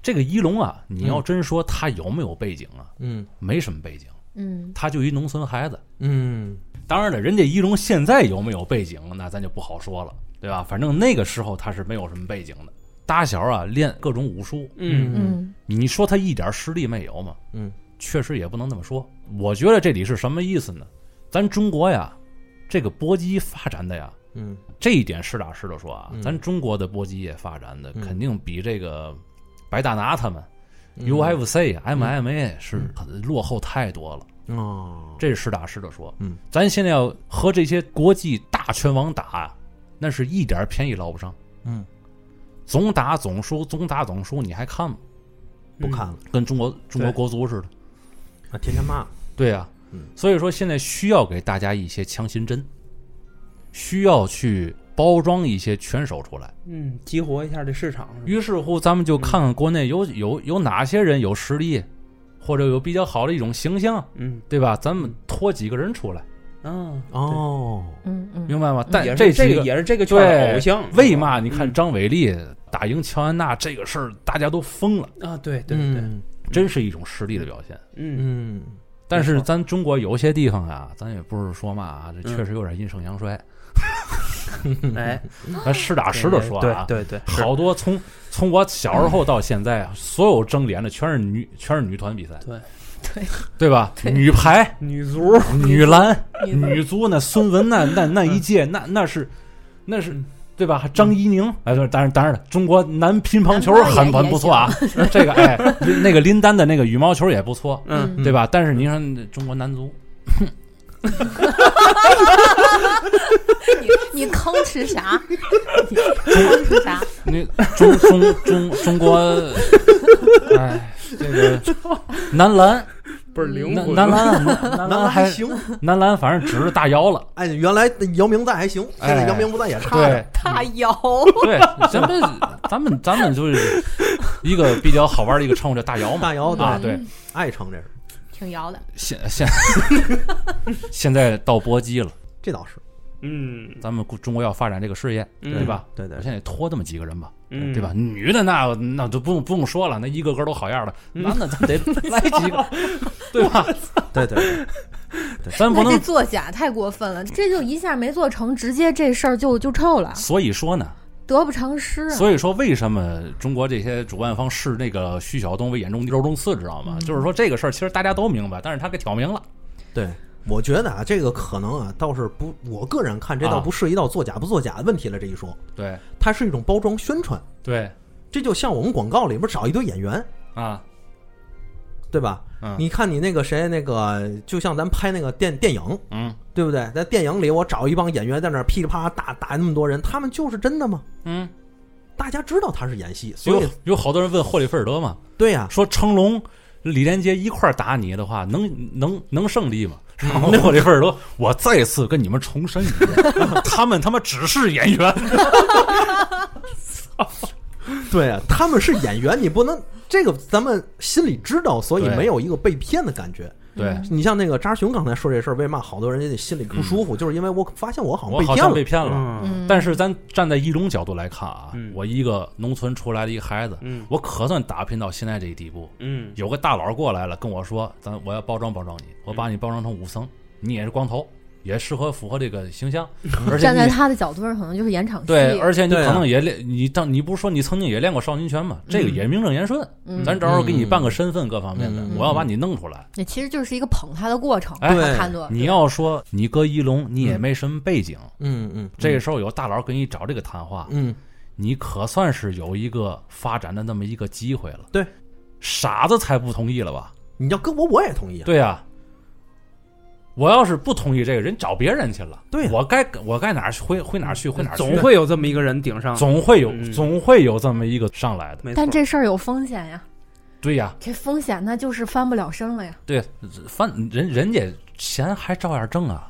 S2: 这个一龙啊，你要真说他有没有背景啊，
S1: 嗯
S2: 没什么背景，
S3: 嗯
S2: 他就一农村孩子。
S1: 嗯
S2: 当然了，人家一龙现在有没有背景，那咱就不好说了，对吧？反正那个时候他是没有什么背景的。打小啊练各种武术，
S4: 嗯
S3: 嗯
S2: 你说他一点实力没有吗？
S1: 嗯，
S2: 确实也不能这么说。我觉得这里是什么意思呢？咱中国呀，这个搏击发展的呀，
S1: 嗯
S2: 这一点实打实的说啊，
S1: 嗯
S2: 咱中国的搏击业发展的
S1: 嗯
S2: 肯定比这个白大拿他们、UFC、MMA
S1: 嗯
S2: 是很落后太多了。
S1: 哦，
S2: 这是实打实的说，
S1: 嗯，
S2: 咱现在要和这些国际大拳王打，那是一点便宜捞不上。
S1: 嗯，
S2: 总打总输，总打总输，你还看吗？嗯
S1: 不看了，
S2: 跟中国中国
S4: 对
S2: 国足似的。
S1: 啊，天天骂，
S2: 对呀、
S1: 嗯
S2: 所以说现在需要给大家一些强心针，需要去包装一些拳手出来。
S4: 嗯，激活一下这市场，
S2: 于是乎，咱们就看看国内有有有哪些人有实力，或者有比较好的一种形象，
S4: 嗯
S2: 对吧？咱们拖几个人出来，
S4: 啊，
S1: 哦，
S3: 嗯嗯，
S2: 明白吗？但
S4: 也
S2: 哎这
S4: 是
S2: 几
S4: 这
S2: 个
S4: 也是这个圈
S2: 对
S4: 的偶像，
S2: 为嘛？你看
S4: 嗯
S2: 张伟丽打赢乔安娜这个事儿，大家都疯了，
S4: 啊，对对对，
S2: 真是一种实力的表现。
S4: 嗯
S1: 嗯
S2: 但
S4: 没
S2: 是
S4: 错
S2: 咱中国有些地方啊，咱也不是说嘛啊，这确实有点阴盛阳衰。
S4: 哎，
S2: 咱实打实的说啊，
S4: 对对对，是嗯
S2: 好多从从我小时候到现在啊，所有争联的全是女，全是女团比赛，
S4: 对
S3: 对
S2: 对吧？
S3: 对
S2: 女排、
S4: 女足，
S2: 女篮、
S3: 女足
S2: 女足那孙雯
S3: <laughs>
S2: 那那那
S4: 嗯
S2: 一届那那是那是对吧？还张怡
S4: 嗯
S2: 宁哎，当然当然了，中国男乒乓球
S3: 男乒乓
S2: 很
S3: 也
S2: 很不错啊， <laughs> 这个哎，那个林丹的那个羽毛球也不错，
S4: 嗯，
S1: 嗯
S2: 对吧？但是你看中国男足，
S3: <laughs> 你你吭哧 <laughs> 啥？你吭哧啥？
S2: 那中中中中国，哎，这
S3: <laughs>
S2: 个男篮
S4: 不是灵
S2: 男
S4: 魂，
S2: 男篮男
S1: 男篮
S2: 篮
S1: 还
S2: 还
S1: 行，
S2: 男篮反正指着大姚 <laughs> 了，
S1: 哎，原来姚明在还行，现在
S2: 哎
S1: 姚明不在也差
S2: 对
S1: 点。
S3: 大姚，
S2: 对，咱们咱们咱们就是一个比较好玩的一个称呼叫大姚嘛
S1: 大姚
S2: 啊，
S1: 对，
S2: 对，
S1: 爱称这是，
S3: 挺摇的。
S2: 现现 <laughs> 现在到搏击了，
S1: 这倒是，
S4: 嗯，
S2: 咱们中国要发展这个事业，
S4: 嗯
S2: 对吧？
S1: 对对
S2: 我，现在也拖这么几个人吧，
S4: 嗯
S2: 对吧？？女的那那就不用不用说了，那一个个都好样的，
S4: 嗯
S2: 男的咱得来几个，对吧？
S1: 对对对，
S2: 咱不
S3: 那这
S2: 能。
S3: 作假太过分了，这就一下没做成，直接这事儿就就臭了，
S2: 所以说呢，
S3: 得不偿失啊。
S2: 所以说为什么中国这些主办方视那个徐晓东为眼中肉中刺，知道吗？就是说这个事儿其实大家都明白，但是他给挑明了。
S1: 对，我觉得啊，这个可能啊，倒是不，我个人看这倒
S2: 啊
S1: 不涉及到作假不作假的问题了。这一说，
S2: 对
S1: 它是一种包装宣传，
S2: 对
S1: 这就像我们广告里边找一堆演员，
S2: 啊，
S1: 对吧？
S2: 嗯
S1: 你看你那个谁，那个就像咱拍那个电电影，
S2: 嗯
S1: 对不对？在电影里我找一帮演员在那儿噼里啪啦打打那么多人，他们就是真的吗？
S2: 嗯，
S1: 大家知道他是演戏，所
S2: 有
S1: 以
S2: 有好多人问霍利菲尔德嘛，
S1: 对呀、
S2: 说成龙、李连杰一块儿打你的话，能能能胜利吗？然后霍利菲尔德，我再次跟你们重申一遍， <laughs> 他们他妈只是演员，
S1: 对、啊，他们是演员，你不能这个咱们心里知道，所以
S2: 对
S1: 没有一个被骗的感觉。
S2: 对。
S1: 你像那个扎熊刚才说这事儿，为嘛好多人家心里不舒服，就是因为我发现我好像
S2: 我
S1: 被
S2: 好
S1: 骗
S2: 像
S1: 了。
S2: 被骗了，
S4: 嗯
S2: 但是咱站在一龙角度来看啊，
S4: 嗯
S2: 我一个农村出来的一个孩子，
S4: 嗯
S2: 我可算打拼到现在这一地步。
S4: 嗯
S2: 有个大佬过来了，跟我说：“咱我要包装包装你，我
S1: 嗯
S2: 把你包装成武僧，你也是光头，也适合符合这个形象，而且
S3: 站在
S2: 你
S3: 他的角度上，可能就是演场戏。
S2: 对，而且你
S1: 嗯对啊
S2: 可能也练你当你不是说你曾经也练过少林拳嘛？这个也名正言顺，
S3: 嗯
S2: 咱找找给你办个身份各方面的，
S1: 嗯
S2: 我要把你弄出来。
S3: 那其实就是一个捧他的过程，
S2: 哎
S3: 他判断
S2: 你要说你搁一龙，你也没什么背景，
S1: 嗯嗯，
S2: 这个时候有大佬跟你找这个谈话，
S1: 嗯，
S2: 你可算是有一个发展的那么一个机会了。
S1: 对，
S2: 傻子才不同意了吧？
S1: 你要跟我，我也同意啊。
S2: 对呀、我要是不同意这个人，找别人去了。
S1: 对呀
S2: 我该我该哪儿去回回哪儿去回哪儿去，
S4: 啊总会有这么一个人顶上，
S2: 总会有、
S4: 嗯
S2: 总会有这么一个上来的。
S4: 没错
S3: 但这事儿有风险呀，
S2: 对呀、
S3: 这风险那就是翻不了身了呀。
S2: 对，反人人家钱还照样挣啊。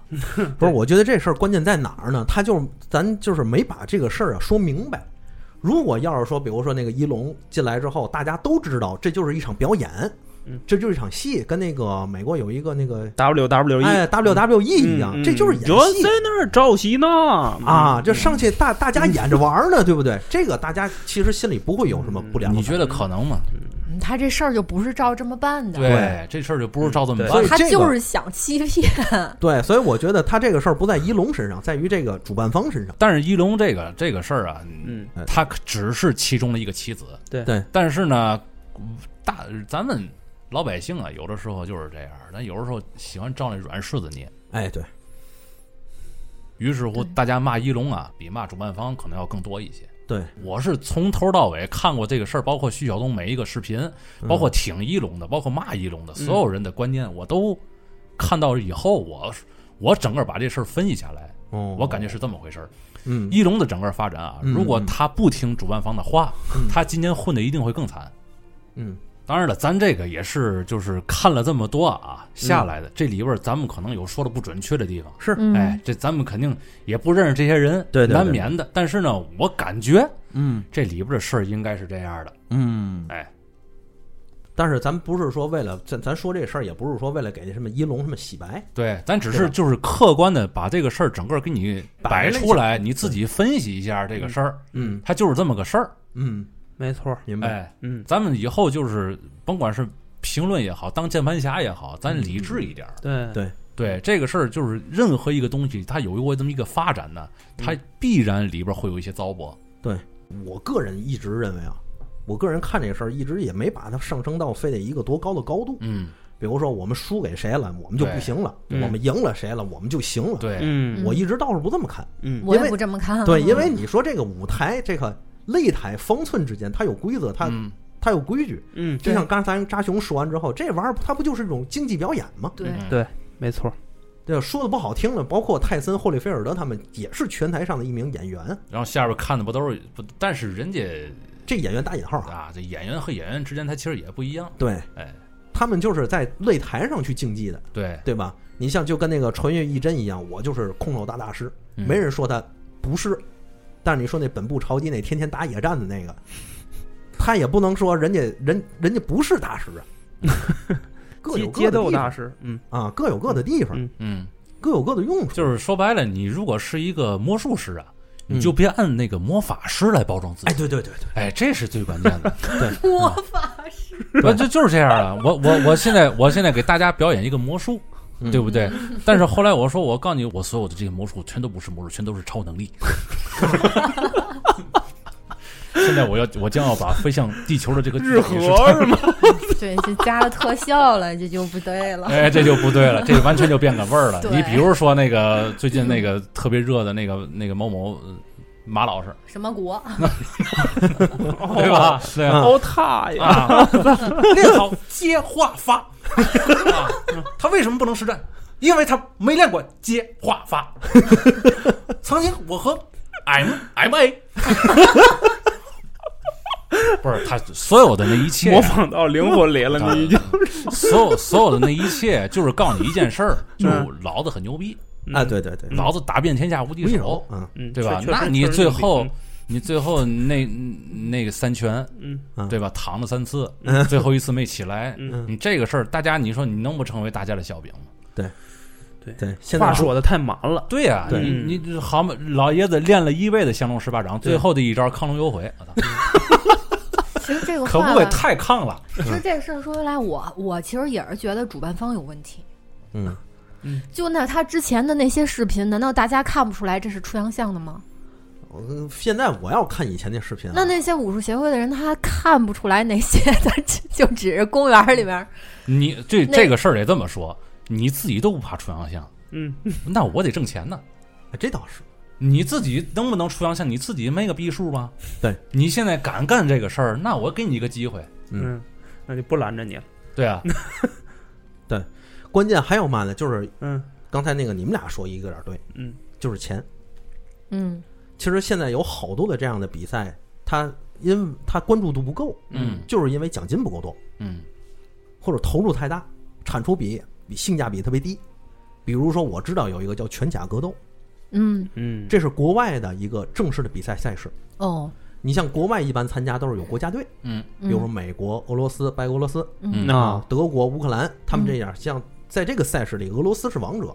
S1: 不是，我觉得这事儿关键在哪儿呢？他就是咱就是没把这个事儿啊说明白。如果要是说，比如说那个一龙进来之后，大家都知道这就是一场表演
S4: 嗯，
S1: 这就是一场戏，跟那个美国有一个那个
S4: WWE
S1: 哎 WWE 一样，
S4: 嗯嗯
S1: 这就是演
S4: 有人
S1: 戏
S4: 在那儿照戏呢
S2: 嗯
S4: 嗯
S1: 啊！这上去大大家演着玩儿呢，对 <laughs> 不对？这个大家其实心里不会有什么不良的
S2: 嗯你
S1: 感觉。
S2: 觉得可能吗？
S3: 嗯他这事儿就不是照这么办的，
S1: 对，
S2: 这事儿就不是照这么
S4: 嗯
S2: 办
S4: 对
S1: 所以。
S3: 他
S1: 这个
S3: 就是想欺骗。
S1: 对，所以我觉得他这个事儿不在一龙身上，在于这个主办方身上。
S2: 但是一龙这个这个事儿啊，
S4: 嗯，
S2: 他只是其中的一个棋子。
S4: 对
S1: 对，
S2: 但是呢，大咱们老百姓啊，有的时候就是这样，咱有的时候喜欢照那软柿子捏。
S1: 哎，对，
S2: 于是乎，
S3: 对
S2: 大家骂一龙啊，比骂主办方可能要更多一些。
S1: 对，
S2: 我是从头到尾看过这个事儿，包括徐晓东每一个视频，包括挺一龙的，包括骂一龙的，所有人的观念我都看到以后，我我整个把这事儿分析下来，
S1: 哦，
S2: 我感觉是这么回事儿。
S1: 嗯，
S2: 一龙的整个发展啊，
S1: 嗯
S2: 如果他不听主办方的话，他今年混的一定会更惨。
S1: 嗯，
S2: 当然了，咱这个也是就是看了这么多啊下来的，这里边儿咱们可能有说的不准确的地方，
S1: 嗯是，
S3: 嗯
S2: 哎，这咱们肯定也不认识这些人，
S1: 对对对
S2: 难免的。但是呢，我感觉
S1: 嗯
S2: 这里边的事儿应该是这样的，
S1: 嗯。
S2: 哎，
S1: 但是咱不是说为了咱咱说这事儿，也不是说为了给什么一龙什么洗白，
S2: 对，咱只
S1: 对
S2: 是
S1: 吧
S2: 就是客观的把这个事儿整个给你
S1: 摆
S2: 摆
S1: 了一下
S2: 出来，你自己分析一下这个事儿，
S1: 嗯
S2: 它就是这么个事儿，
S1: 嗯，
S4: 没错，
S1: 明白，
S2: 哎，
S4: 嗯，
S2: 咱们以后就是甭管是评论也好，当键盘侠也好，咱理智一点儿。
S4: 对
S1: 对，
S2: 对这个事儿，就是任何一个东西，它有过这么一个发展呢，它必然里边会有一些糟粕。
S1: 我个人一直认为啊，我个人看这个事儿一直也没把它上升到非得一个多高的高度，
S2: 嗯，
S1: 比如说我们输给谁了，我们就不行了，
S4: 对嗯
S1: 我们赢了谁了，我们就行了，
S2: 对，
S4: 嗯
S1: 我一直倒是不这么看，
S4: 嗯
S3: 我
S1: 因为
S3: 也不这么看。啊
S1: 对，因为你说这个舞台这个擂台方寸之间，它有规则，它、
S2: 嗯，
S1: 它有规矩，
S4: 嗯，
S1: 就像刚才扎熊说完之后，这玩意儿它不就是一种竞技表演吗？
S3: 对 <laughs>
S2: 嗯
S4: 对，没错，
S1: 对吧，说的不好听了，包括泰森、霍利菲尔德他们也是拳台上的一名演员，
S2: 然后下边看的不都是不？但是人家
S1: 这演员打引号啊，
S2: 啊，这演员和演员之间，他其实也不一样。
S1: 对
S2: 哎，
S1: 他们就是在擂台上去竞技的，
S2: 对，
S1: 对吧？你像就跟那个穿越一真一样，我就是空手打大师，
S2: 嗯
S1: 没人说他不是。但是你说那本部朝基那天天打野战的那个，他也不能说人家人人家不是大师啊，
S4: <laughs>
S1: 各
S4: 街
S1: 有各
S4: 街
S1: 的
S4: 斗
S1: 地
S4: 大
S1: 方
S4: 师，嗯
S1: 啊，各有各的地方
S4: 嗯，
S2: 嗯，
S1: 各有各的用处。
S2: 就是说白了，你如果是一个魔术师啊，
S1: 嗯
S2: 你就别按那个魔法师来包装自
S1: 哎，
S2: 己。
S1: 对对对对，
S2: 哎，这是最关键的，
S3: 魔法师，
S2: <laughs> 不就就是这样啊！我我我现在我现在给大家表演一个魔术，
S1: 嗯
S2: 对不对？但是后来我说，我告诉你，我所有的这些魔术全都不是魔术，全都是超能力。 <laughs> 现在我要我将要把飞向地球的这个剧
S4: 日和
S2: 本也是
S4: 是吗？
S3: <laughs> 对，这加了特效了，这就不对了。
S2: 哎，这就不对了，这完全就变个味儿
S4: <laughs>
S2: 了。
S3: 对
S2: 你比如说那个最近那个特别热的那个那个某某呃马老师，
S3: 什么国？
S2: 对吧？对啊。
S4: 哦，他呀，
S2: <laughs> 啊，练好接话发、啊， <laughs> 他为什么不能实战？因为他没练过接话发。曾经我和 M M A <laughs> 不是他所有的那一切
S4: 模
S2: 啊，
S4: 仿到灵魂里了，你已经
S2: 所有所有的那一切，就是告诉你一件事儿，就是老子很牛逼，
S4: 嗯
S1: 啊，，对对对，
S2: 老子打遍天下无敌
S1: 无敌
S2: 手
S1: 手，，嗯
S4: 嗯嗯，
S2: 对吧
S4: 确？确
S2: 那
S4: 实
S2: 你
S4: 确实嗯
S2: 最
S4: 牛逼
S2: 后你最后那那个三拳，
S4: 嗯
S1: 嗯
S2: 对吧？躺了三次，
S1: 嗯
S2: 最后一次没起来，
S4: 嗯
S2: 你这个事儿，大家你说你能不成为大家的笑柄吗？
S1: 对，现
S4: 话
S1: 在
S4: 说的太满了，
S2: 对呀、
S1: 对
S2: 你你这好嘛，老爷子练了一辈子降龙十八掌，
S4: 嗯对
S2: 最后的一招亢龙有悔，我操，
S3: <laughs> 其实这个
S2: 可
S3: 话
S2: 不可
S3: 吧
S2: 以，太亢了？
S3: 其实这个事儿说回来，我我其实也是觉得主办方有问题。
S1: 嗯，
S3: 就那他之前的那些视频，难道大家看不出来这是出洋相的吗？
S1: 我呃现在我要看以前那视频啊，
S3: 那那些武术协会的人，他看不出来哪些， <laughs> 他只就只是公园里边儿。
S2: 你这
S3: 那
S2: 这个事儿得这么说，你自己都不怕出洋相，
S4: 嗯，
S2: 那我得挣钱呢。
S1: 哎这倒是，
S2: 你自己能不能出洋相？你自己没个逼数吗？
S1: 对，
S2: 你现在敢干这个事儿，那我给你一个机会。
S1: 嗯
S4: 嗯，那就不拦着你了，
S2: 对啊，
S1: 关键还有嘛呢，就是
S4: 嗯
S1: 刚才那个你们俩说一个点儿对，
S4: 嗯，
S1: 就是钱。
S3: 嗯，
S1: 其实现在有好多的这样的比赛，它因它关注度不够，
S2: 嗯
S1: 就是因为奖金不够多，
S2: 嗯
S1: 或者投入太大，产出比比性价比特别低。比如说，我知道有一个叫拳甲格斗，
S3: 嗯，
S4: 嗯，
S1: 这是国外的一个正式的比赛赛事。
S3: 哦，
S1: 你像国外一般参加都是有国家队，
S2: 嗯
S1: 比如说美国、俄罗斯、白俄罗斯
S2: 嗯
S1: 啊
S4: 那、
S1: 德国、乌克兰，他们这样。像在这个赛事里，俄罗斯是王者。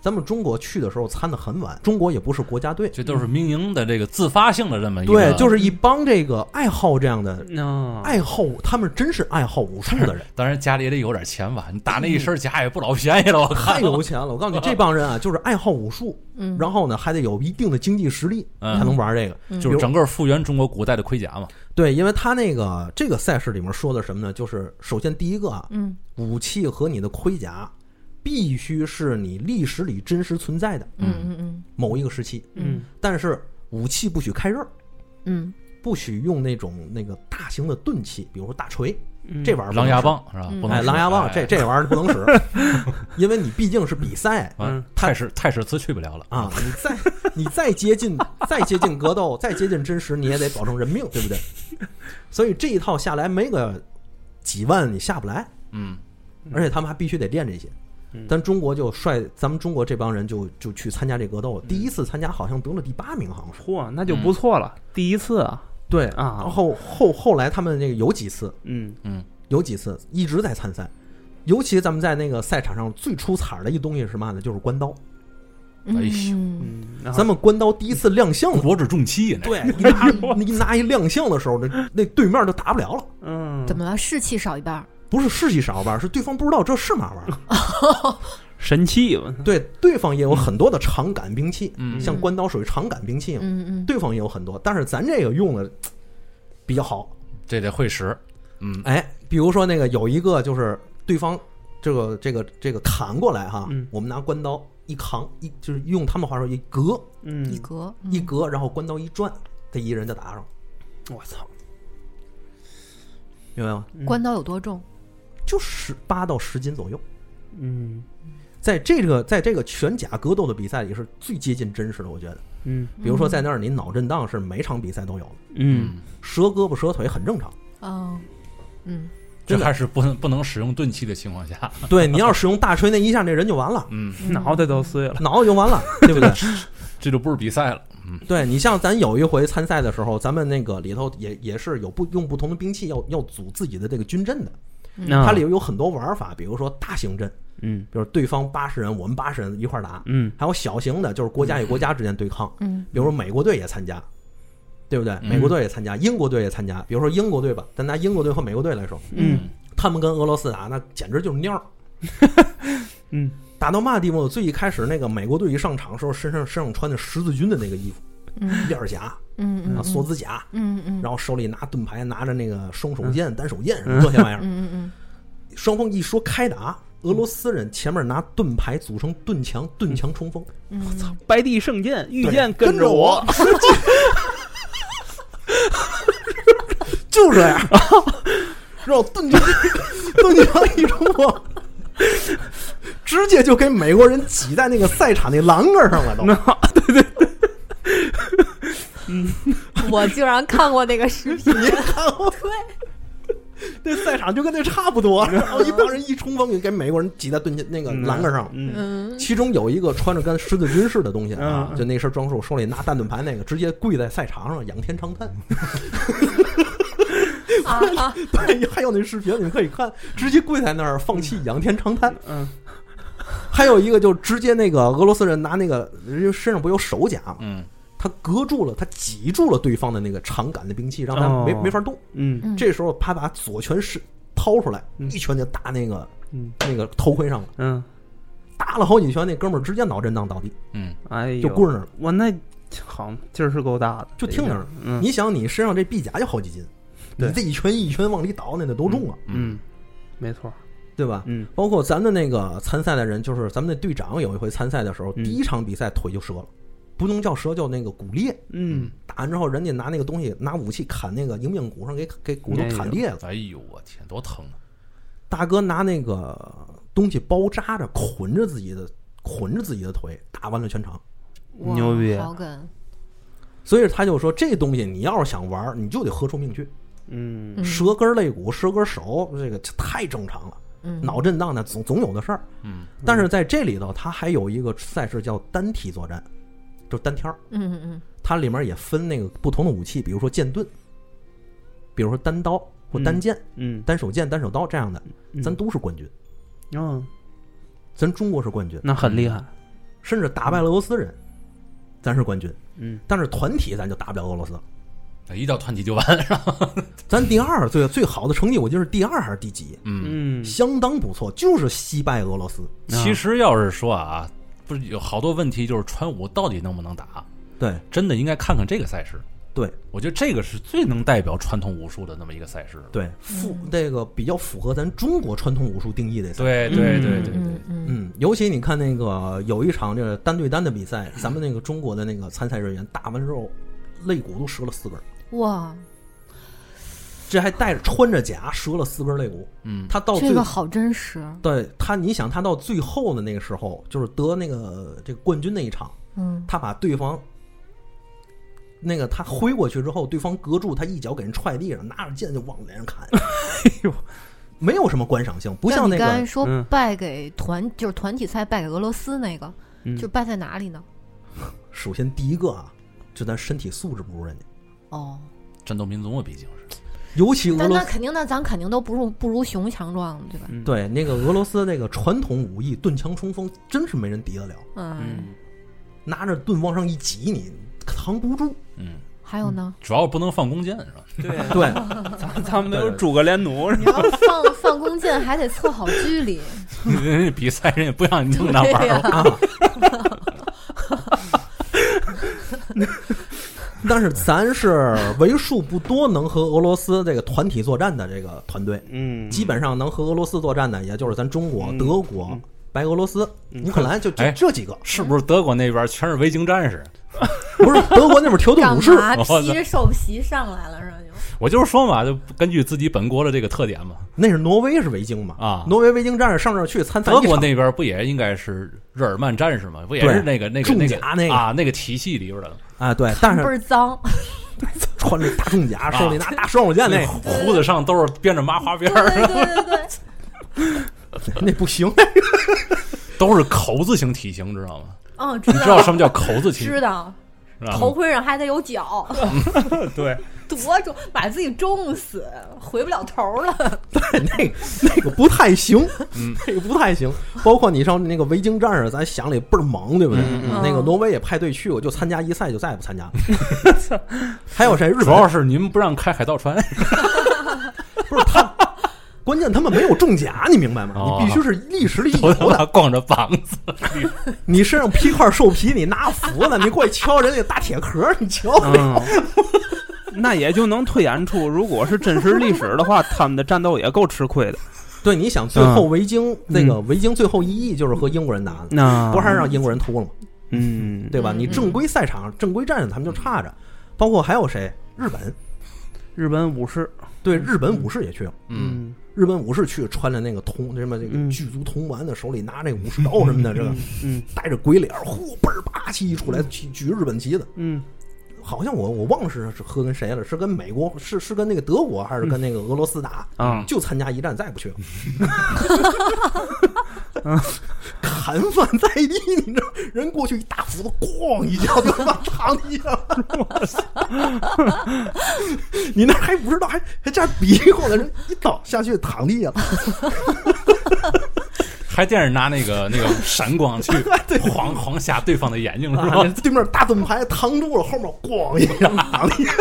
S1: 咱们中国去的时候参的很晚，中国也不是国家队，
S2: 这都是民营的这个自发性的这么一个，
S1: 对，就是一帮这个爱好这样的
S4: 那
S1: 爱好，他们真是爱好武术
S2: <laughs>
S1: 的人，
S2: 当然家里也得有点钱吧，你打那一身甲也不老便宜了，我
S1: 太
S2: 看。
S1: 有钱了。我告诉你，这帮人啊，就是爱好武术，
S3: 嗯，
S1: 然后呢还得有一定的经济实力
S2: 嗯
S1: 才能玩这个。
S2: 就是整个复原中国古代的盔甲嘛，
S1: 对，因为他那个这个赛事里面说的什么呢？就是首先第一个啊，
S3: 嗯
S1: 武器和你的盔甲必须是你历史里真实存在的
S3: 嗯嗯嗯
S1: 某一个时期，
S4: 嗯
S1: 但是武器不许开刃儿，
S3: 嗯
S1: 不许用那种那个大型的钝器，比如说大锤，
S4: 嗯
S1: 这玩意儿不能
S2: 狼牙
S1: 使
S2: 棒是吧？
S3: 嗯
S2: 不能
S1: 哎，
S2: 使
S1: 狼牙棒
S2: 哎
S1: 这这玩意儿不能
S2: <laughs>
S1: 使，因为你毕竟是比赛
S2: 啊
S4: 嗯
S2: 太史太史慈去不了了
S1: 啊，，你再你再接近再接近格斗，再接近真实，你也得保证人命，对不对？所以这一套下来没个几万你下不来，
S2: 嗯
S1: 而且他们还必须得练这些
S4: 嗯。
S1: 咱中国就率咱们中国这帮人就就去参加这格斗，第一次参加好像得了第八名，好像是。
S4: 嚯，那就不错了，第一次啊，
S1: 对
S4: 啊
S1: 然后后后来他们那个有几次
S4: 嗯
S2: 嗯
S1: 有几次一直在参赛，尤其咱们在那个赛场上最出彩儿的一东西是嘛呢？就是关刀。
S3: 嗯，
S2: 哎呦
S3: 嗯
S4: 嗯，然后
S1: 咱们关刀第一次亮相的
S2: 国之重器那
S1: 对，一拿你拿一亮相的时候，那那对面就打不了了。
S4: 嗯，
S3: 怎么了？士气少一半儿，
S1: 不是士气少吧，是对方不知道这是嘛玩意儿。
S4: 神器吧？
S1: 对，对方也有很多的长杆兵器，
S2: 嗯
S1: 像关刀属于长杆兵器嘛，
S3: 嗯嗯，
S1: 对方也有很多，但是咱这个用的比较好。
S2: 这得会使，嗯
S1: 哎，比如说那个有一个就是对方这个这个这个砍过来哈，
S4: 嗯
S1: 我们拿关刀一扛一，就是用他们话说一格
S4: 嗯
S3: 一，格
S1: 一，格，然后关刀一转，这一人就打上了，
S4: 我操，
S1: 明白吗？
S3: 嗯关刀有多重？
S1: 就十八到十斤左右。
S4: 嗯
S1: 在这个在这个全甲格斗的比赛里是最接近真实的，我觉得。
S4: 嗯
S1: 比如说在那儿，你脑震荡是每场比赛都有的，
S4: 嗯，
S1: 折胳膊折腿很正常。
S3: 嗯嗯
S2: 这
S1: 真的
S2: 还是不能不能使用钝器的情况下，
S1: 对你要使用大锤那一下，那人就完
S2: <laughs>
S1: 了，
S2: 嗯，
S3: 嗯
S4: 脑袋都碎了，
S1: 脑子就完了，对不对？
S2: 这就不是比赛了，
S1: 对你像咱有一回参赛的时候，咱们那个里头也也是有不用不同的兵器要要组自己的这个军阵的，它
S4: 它
S1: 里头有很多玩法，比如说大型阵，
S4: 啊嗯
S1: 比如对方八十人，我们八十人一块儿打，
S4: 嗯
S1: 还有小型的，就是国家与国家之间对抗，
S3: 嗯
S1: 比如说美国队也参加，对不对？
S2: 嗯
S1: 美国队也参加，英国队也参加。比如说英国队吧，咱拿英国队和美国队来说，
S4: 嗯
S1: 他们跟俄罗斯打，那简直就是蔫
S3: <laughs>
S1: 儿。
S4: 嗯，
S1: 打到嘛地步？最一开始那个美国队一上场的时候，身上身上穿的十字军的那个衣服，
S3: 嗯
S1: 燕儿甲
S3: 嗯
S1: 啊，梭子甲，
S3: 嗯嗯，
S1: 然后手里拿盾牌，拿着那个双手剑、单手剑什么这些玩意儿。
S3: 嗯嗯
S1: 双方一说开打，俄罗斯人前面拿盾牌组成盾墙，盾墙冲锋，
S3: 嗯，我操，
S4: 白帝圣剑，御
S1: 对
S4: 剑
S1: 跟
S4: 着
S1: 我，，就这
S4: <laughs>
S1: 样，
S4: 哦
S1: 然后顿 <laughs> 枪顿枪一冲锋，直接就给美国人挤在那
S4: 嗯 <laughs>
S1: 个赛场那栏杆上了都。
S4: 那对对，
S3: <laughs> 我竟然看过那个视频，
S1: 你看我，对，那赛场就跟那差不多，
S4: 嗯
S1: 然后一帮人一冲锋就给美国人挤在盾前那个栏杆上。
S4: 嗯，
S3: <laughs> 嗯，
S1: 其中有一个穿着跟狮子军似的东西啊，
S4: 嗯
S1: 就那身装束，手里拿弹盾牌那个，直接跪在赛场上仰天长叹。 <laughs>
S3: 啊啊，
S1: 对，还有那视频你们可以看，直接跪在那儿放弃仰天长叹。
S4: 嗯，
S1: 还有一个就直接那个俄罗斯人拿那个人家身上不有手甲吗？
S2: 嗯，
S1: 他隔住了，他挤住了对方的那个长杆的兵器，让他没
S4: 哦
S1: 没法动。
S4: 嗯，
S3: 嗯
S1: 这时候他把左拳是掏出来，
S4: 嗯
S1: 一拳就打那个
S4: 嗯，
S1: 那个头盔上了，
S4: 嗯，
S1: 打了好几拳，那哥们儿直接脑震荡倒地，
S2: 嗯，
S4: 哎呦，
S1: 就棍儿那儿了。
S4: 我那好劲儿是够大的，
S1: 就听着呢
S4: 嗯，
S1: 你想，你身上这臂甲就好几斤，
S4: 对
S1: 你这一拳一拳往里倒，那得多重啊，
S4: 嗯，没错，
S1: 对吧？
S4: 嗯
S1: 包括咱的那个参赛的人，就是咱们那队长有一回参赛的时候，
S4: 嗯
S1: 第一场比赛腿就折了，不能叫折，叫那个骨裂。
S4: 嗯，
S1: 打完之后，人家拿那个东西拿武器砍那个迎面骨上，给给骨头砍裂了。
S2: 哎呦我天，多疼啊！
S1: 大哥拿那个东西包扎着，捆着自己的捆着自己的腿，打完了全场。
S3: 哇
S4: 牛逼
S3: 好梗，
S1: 所以他就说，这东西你要是想玩儿，你就得喝出命去。
S4: 嗯，
S3: 嗯
S1: 折根肋骨、折根手，这个这太正常了。
S3: 嗯
S1: 脑震荡呢，总总有的事儿。
S2: 嗯，
S1: 但是在这里头，它还有一个赛事叫单体作战，就是单挑。
S3: 嗯嗯嗯，
S1: 它里面也分那个不同的武器，比如说剑盾，比如说单刀或单剑、
S4: 嗯，
S1: 单手剑、单手刀这样的，
S4: 嗯
S1: 咱都是冠军，
S4: 嗯，
S1: 咱中国是冠军，
S4: 那很厉害，
S1: 甚至打败了俄罗斯人，咱是冠军。
S4: 嗯，
S1: 但是团体咱就打不了俄罗斯了，
S2: 一到团体就完，是吧？
S1: 咱第二最最好的成绩，我记得是第二还是第几，
S2: 嗯，
S4: 嗯，
S1: 相当不错，就是惜败俄罗斯。
S2: 其实要是说啊，不是有好多问题，就是川武到底能不能打？
S1: 对
S2: 真的应该看看这个赛事，
S1: 对
S2: 我觉得这个是最能代表传统武术的那么一个赛事。
S1: 对，符这个比较符合咱中国传统武术定义的。，
S2: 对对对对对
S3: 嗯，嗯
S1: 嗯，尤其你看那个有一场这个单对单的比赛，咱们那个中国的那个参赛人员打完之后，肋骨都折了四根儿，
S3: 哇，
S1: 这还带着穿着甲折了四根肋骨。
S2: 嗯
S1: 他到最、
S3: 这个好真实，
S1: 对他，你想他到最后的那个时候，就是得那个这个冠军那一场，
S3: 嗯
S1: 他把对方。那个他挥过去之后，对方隔住他一脚给人踹地上，拿着剑就往脸上砍，
S4: 呦，
S1: 没有什么观赏性，不像
S3: 你
S1: 那个
S3: 刚才说
S4: 嗯
S3: 败给团，就是团体赛败给俄罗斯那个，
S4: 嗯
S3: 就败在哪里呢？
S1: 首先第一个啊，就咱身体素质不如人家，
S3: 哦，
S2: 战斗民族嘛，毕竟是。
S1: 尤其俄
S3: 但
S1: 罗
S3: 那
S1: 斯
S3: 肯定，那咱肯定都不如不如熊强壮，对吧？
S1: 对那个俄罗斯那个传统武艺盾墙冲锋，真是没人敌得了，
S3: 嗯，
S4: 嗯，
S1: 拿着盾往上一挤你，扛不住。
S2: 嗯，
S3: 还有呢，
S2: 主要不能放弓箭是吧？
S4: 对，
S1: 对，
S4: 咱咱们都是诸葛连弩是吧？
S3: 你要哦放放弓箭还得测好距离，
S2: 人家 <laughs> 比赛人也不让你这么着玩
S3: 对呀
S2: 儿。
S3: <laughs>
S1: 但是咱是为数不多能和俄罗斯这个团体作战的这个团队，
S4: 嗯，
S1: 基本上能和俄罗斯作战的，也就是咱中国、
S4: 嗯
S1: 德国
S4: 嗯、
S1: 白俄罗斯、乌克兰，就这
S2: 哎
S1: 这几个。
S2: 是不是德国那边全是维京战士？
S1: 不是德国那边条顿
S3: 干
S1: 武士，
S3: 嘛
S2: <laughs> 我
S3: 披着兽皮上来了是吧？就
S2: 我就是说嘛，就根据自己本国的这个特点嘛。
S1: 那是挪威是维京嘛？
S2: 啊
S1: 挪威维京战士上那儿去参赛
S2: 德
S1: 一
S2: 国
S1: 场，
S2: 那边不也应该是日耳曼战士吗？不也
S1: 对
S2: 是那个那个
S1: 重
S2: 那个
S1: 甲那个
S2: 啊那个体系里边的？
S1: 啊，对，但
S3: 倍
S1: 是
S3: 儿 <laughs> 脏，
S1: 穿着大重
S2: 啊
S1: 甲，手里拿大双手
S2: <laughs>
S1: 剑，那
S2: 胡子上都是编着麻花
S3: 对
S2: 辫儿，
S3: 对对对对，
S1: 那不行。
S2: <laughs> 都是口字形体型，知道吗？
S3: 嗯，知
S2: 你嗯知道什
S3: 道
S2: 么叫口字形？
S3: 知道，
S2: 是吧
S3: 头盔上还得
S2: <laughs>
S3: 有角，
S4: 对，
S3: 多重，把自己重死，回不了头了。
S1: <laughs> 那那个不太行，
S4: 嗯
S1: <laughs> 那个不太行。包括你上那个维京战士，咱想里倍儿忙，对不对？
S4: 嗯
S3: 嗯
S1: 那个挪威也派队去，我就参加一赛，就再也不参加了。
S4: 嗯
S1: <laughs> 还有谁？日
S2: 主
S1: 本
S2: 要是您不让开海
S1: <laughs>
S2: 盗船，
S1: 不是他，关键他们没有重甲，你明白吗？
S2: 哦
S1: 你必须是历史里
S2: 头
S1: 有
S2: 他妈
S1: 的，
S2: 光着膀子。
S1: 你身上披块兽皮，你拿斧子，你过去敲人家大铁壳，你敲。
S4: 嗯，那也就能推演出，如果是真实历史的话，他们的战斗也够吃亏的。
S1: <laughs> 对，你想最
S2: 嗯
S1: 后维京那个维京最后一役就是和英国人打的，
S2: 嗯
S4: 那
S1: 不还是让英国人秃了吗？
S4: 嗯，
S1: 对吧？
S3: 嗯
S1: 你
S3: 嗯
S1: 正规赛场、正规战士他们就差着，包括还有谁？日本
S4: 日本武士，
S1: 对日本武士也去了，
S2: 嗯，
S1: 日本武士去穿着那个铜什么这个
S4: 嗯
S1: 巨足铜丸的，手里拿那个武士刀什么的，这个
S4: 嗯
S1: 带着鬼脸，呼倍儿霸气一出来，举举日本旗子，
S4: 嗯
S1: 好像我我忘是是和跟谁了，是跟美国是是跟那个德国还是跟那个俄罗斯打，
S4: 嗯
S1: 就参加一战再不去 <laughs> 了，砍翻在地，你知道，人过去一大斧子，咣一脚就他妈躺地上了，你那还不知道，还还这样比划呢，人一倒下去躺地下了，
S2: 还惦着拿那个那个闪光
S1: <laughs>
S2: 去晃晃瞎对方的眼睛是
S1: 啊
S2: 吧？
S1: 对面大盾牌扛住了，后面咣一 <laughs> 下躺地上，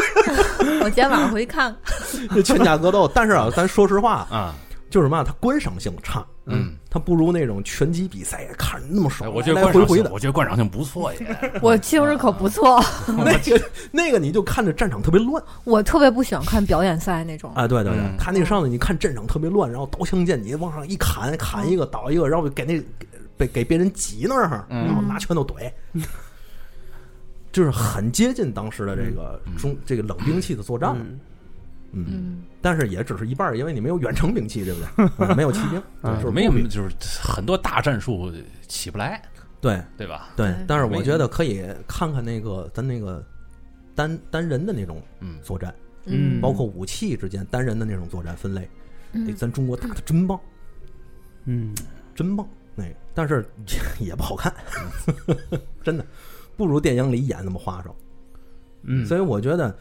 S3: <laughs> 我今天晚上回去看看。
S1: 这全家格斗。但是啊，咱说实话啊，
S2: 啊，
S1: 就是嘛，它观赏性差，
S2: 嗯，
S1: 它不如那种拳击比赛看着那么
S2: 哎
S1: 爽，
S2: 我觉
S1: 来
S2: 得观
S1: 回
S2: 赏
S1: 回
S2: 性，
S1: 的
S2: 我觉得观赏性不
S1: <laughs>
S2: 错也。
S3: <laughs> 我听着可不错，
S1: 那个那个，你就看着战场特别乱
S3: <laughs> 我特别不喜欢看表演赛那种。
S1: 啊！对对对
S2: 嗯，
S1: 他那个上来你看战场特别乱，然后刀枪剑戟往上一砍，砍一个倒一个，然后给那给给别人挤那儿，
S2: 嗯
S1: 然后拿拳头怼，就是很接近当时的这个
S2: 嗯
S1: 中这个冷兵器的作战了，
S4: 嗯
S1: 嗯，
S3: 嗯，
S1: 但是也只是一半儿，因为你没有远程兵器，对不
S2: <laughs>
S1: 对？啊没有骑兵，对就是步
S2: 嗯没有
S1: 兵，
S2: 就是很多大战术起不来，
S1: 对，
S2: 对吧？
S1: 对
S3: 对，
S1: 但是我觉得可以看看那个咱那个单单人的那种
S2: 嗯
S1: 作战，
S4: 嗯
S1: 包括武器之间单人的那种作战分类。
S3: 嗯
S1: 哎，咱中国打的真棒，
S4: 嗯，
S1: 真棒那个，但是也不好看，真的不如电影里演那么花哨。
S4: 嗯
S1: 所以我觉得，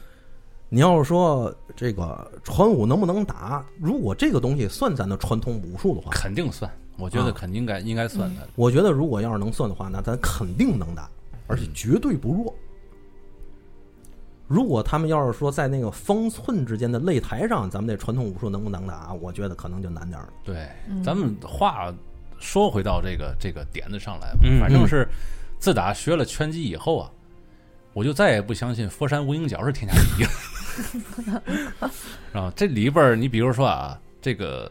S1: 你要是说这个传武能不能打，如果这个东西算咱的传统武术的话，
S2: 肯定算，我觉得
S1: 啊
S2: 肯定应该应该算的。
S1: 我觉得如果要是能算的话，那咱肯定能打，而
S2: 嗯
S1: 且绝对不弱。如果他们要是说在那个方寸之间的擂台上，咱们这传统武术能不能打，我觉得可能就难点儿了。
S2: 对，咱们话说回到这个这个点子上来吧，
S4: 嗯
S2: 反正是自打学了拳击以后啊，我就再也不相信佛山无影脚是天下第一了。啊，这里边儿你比如说啊，这个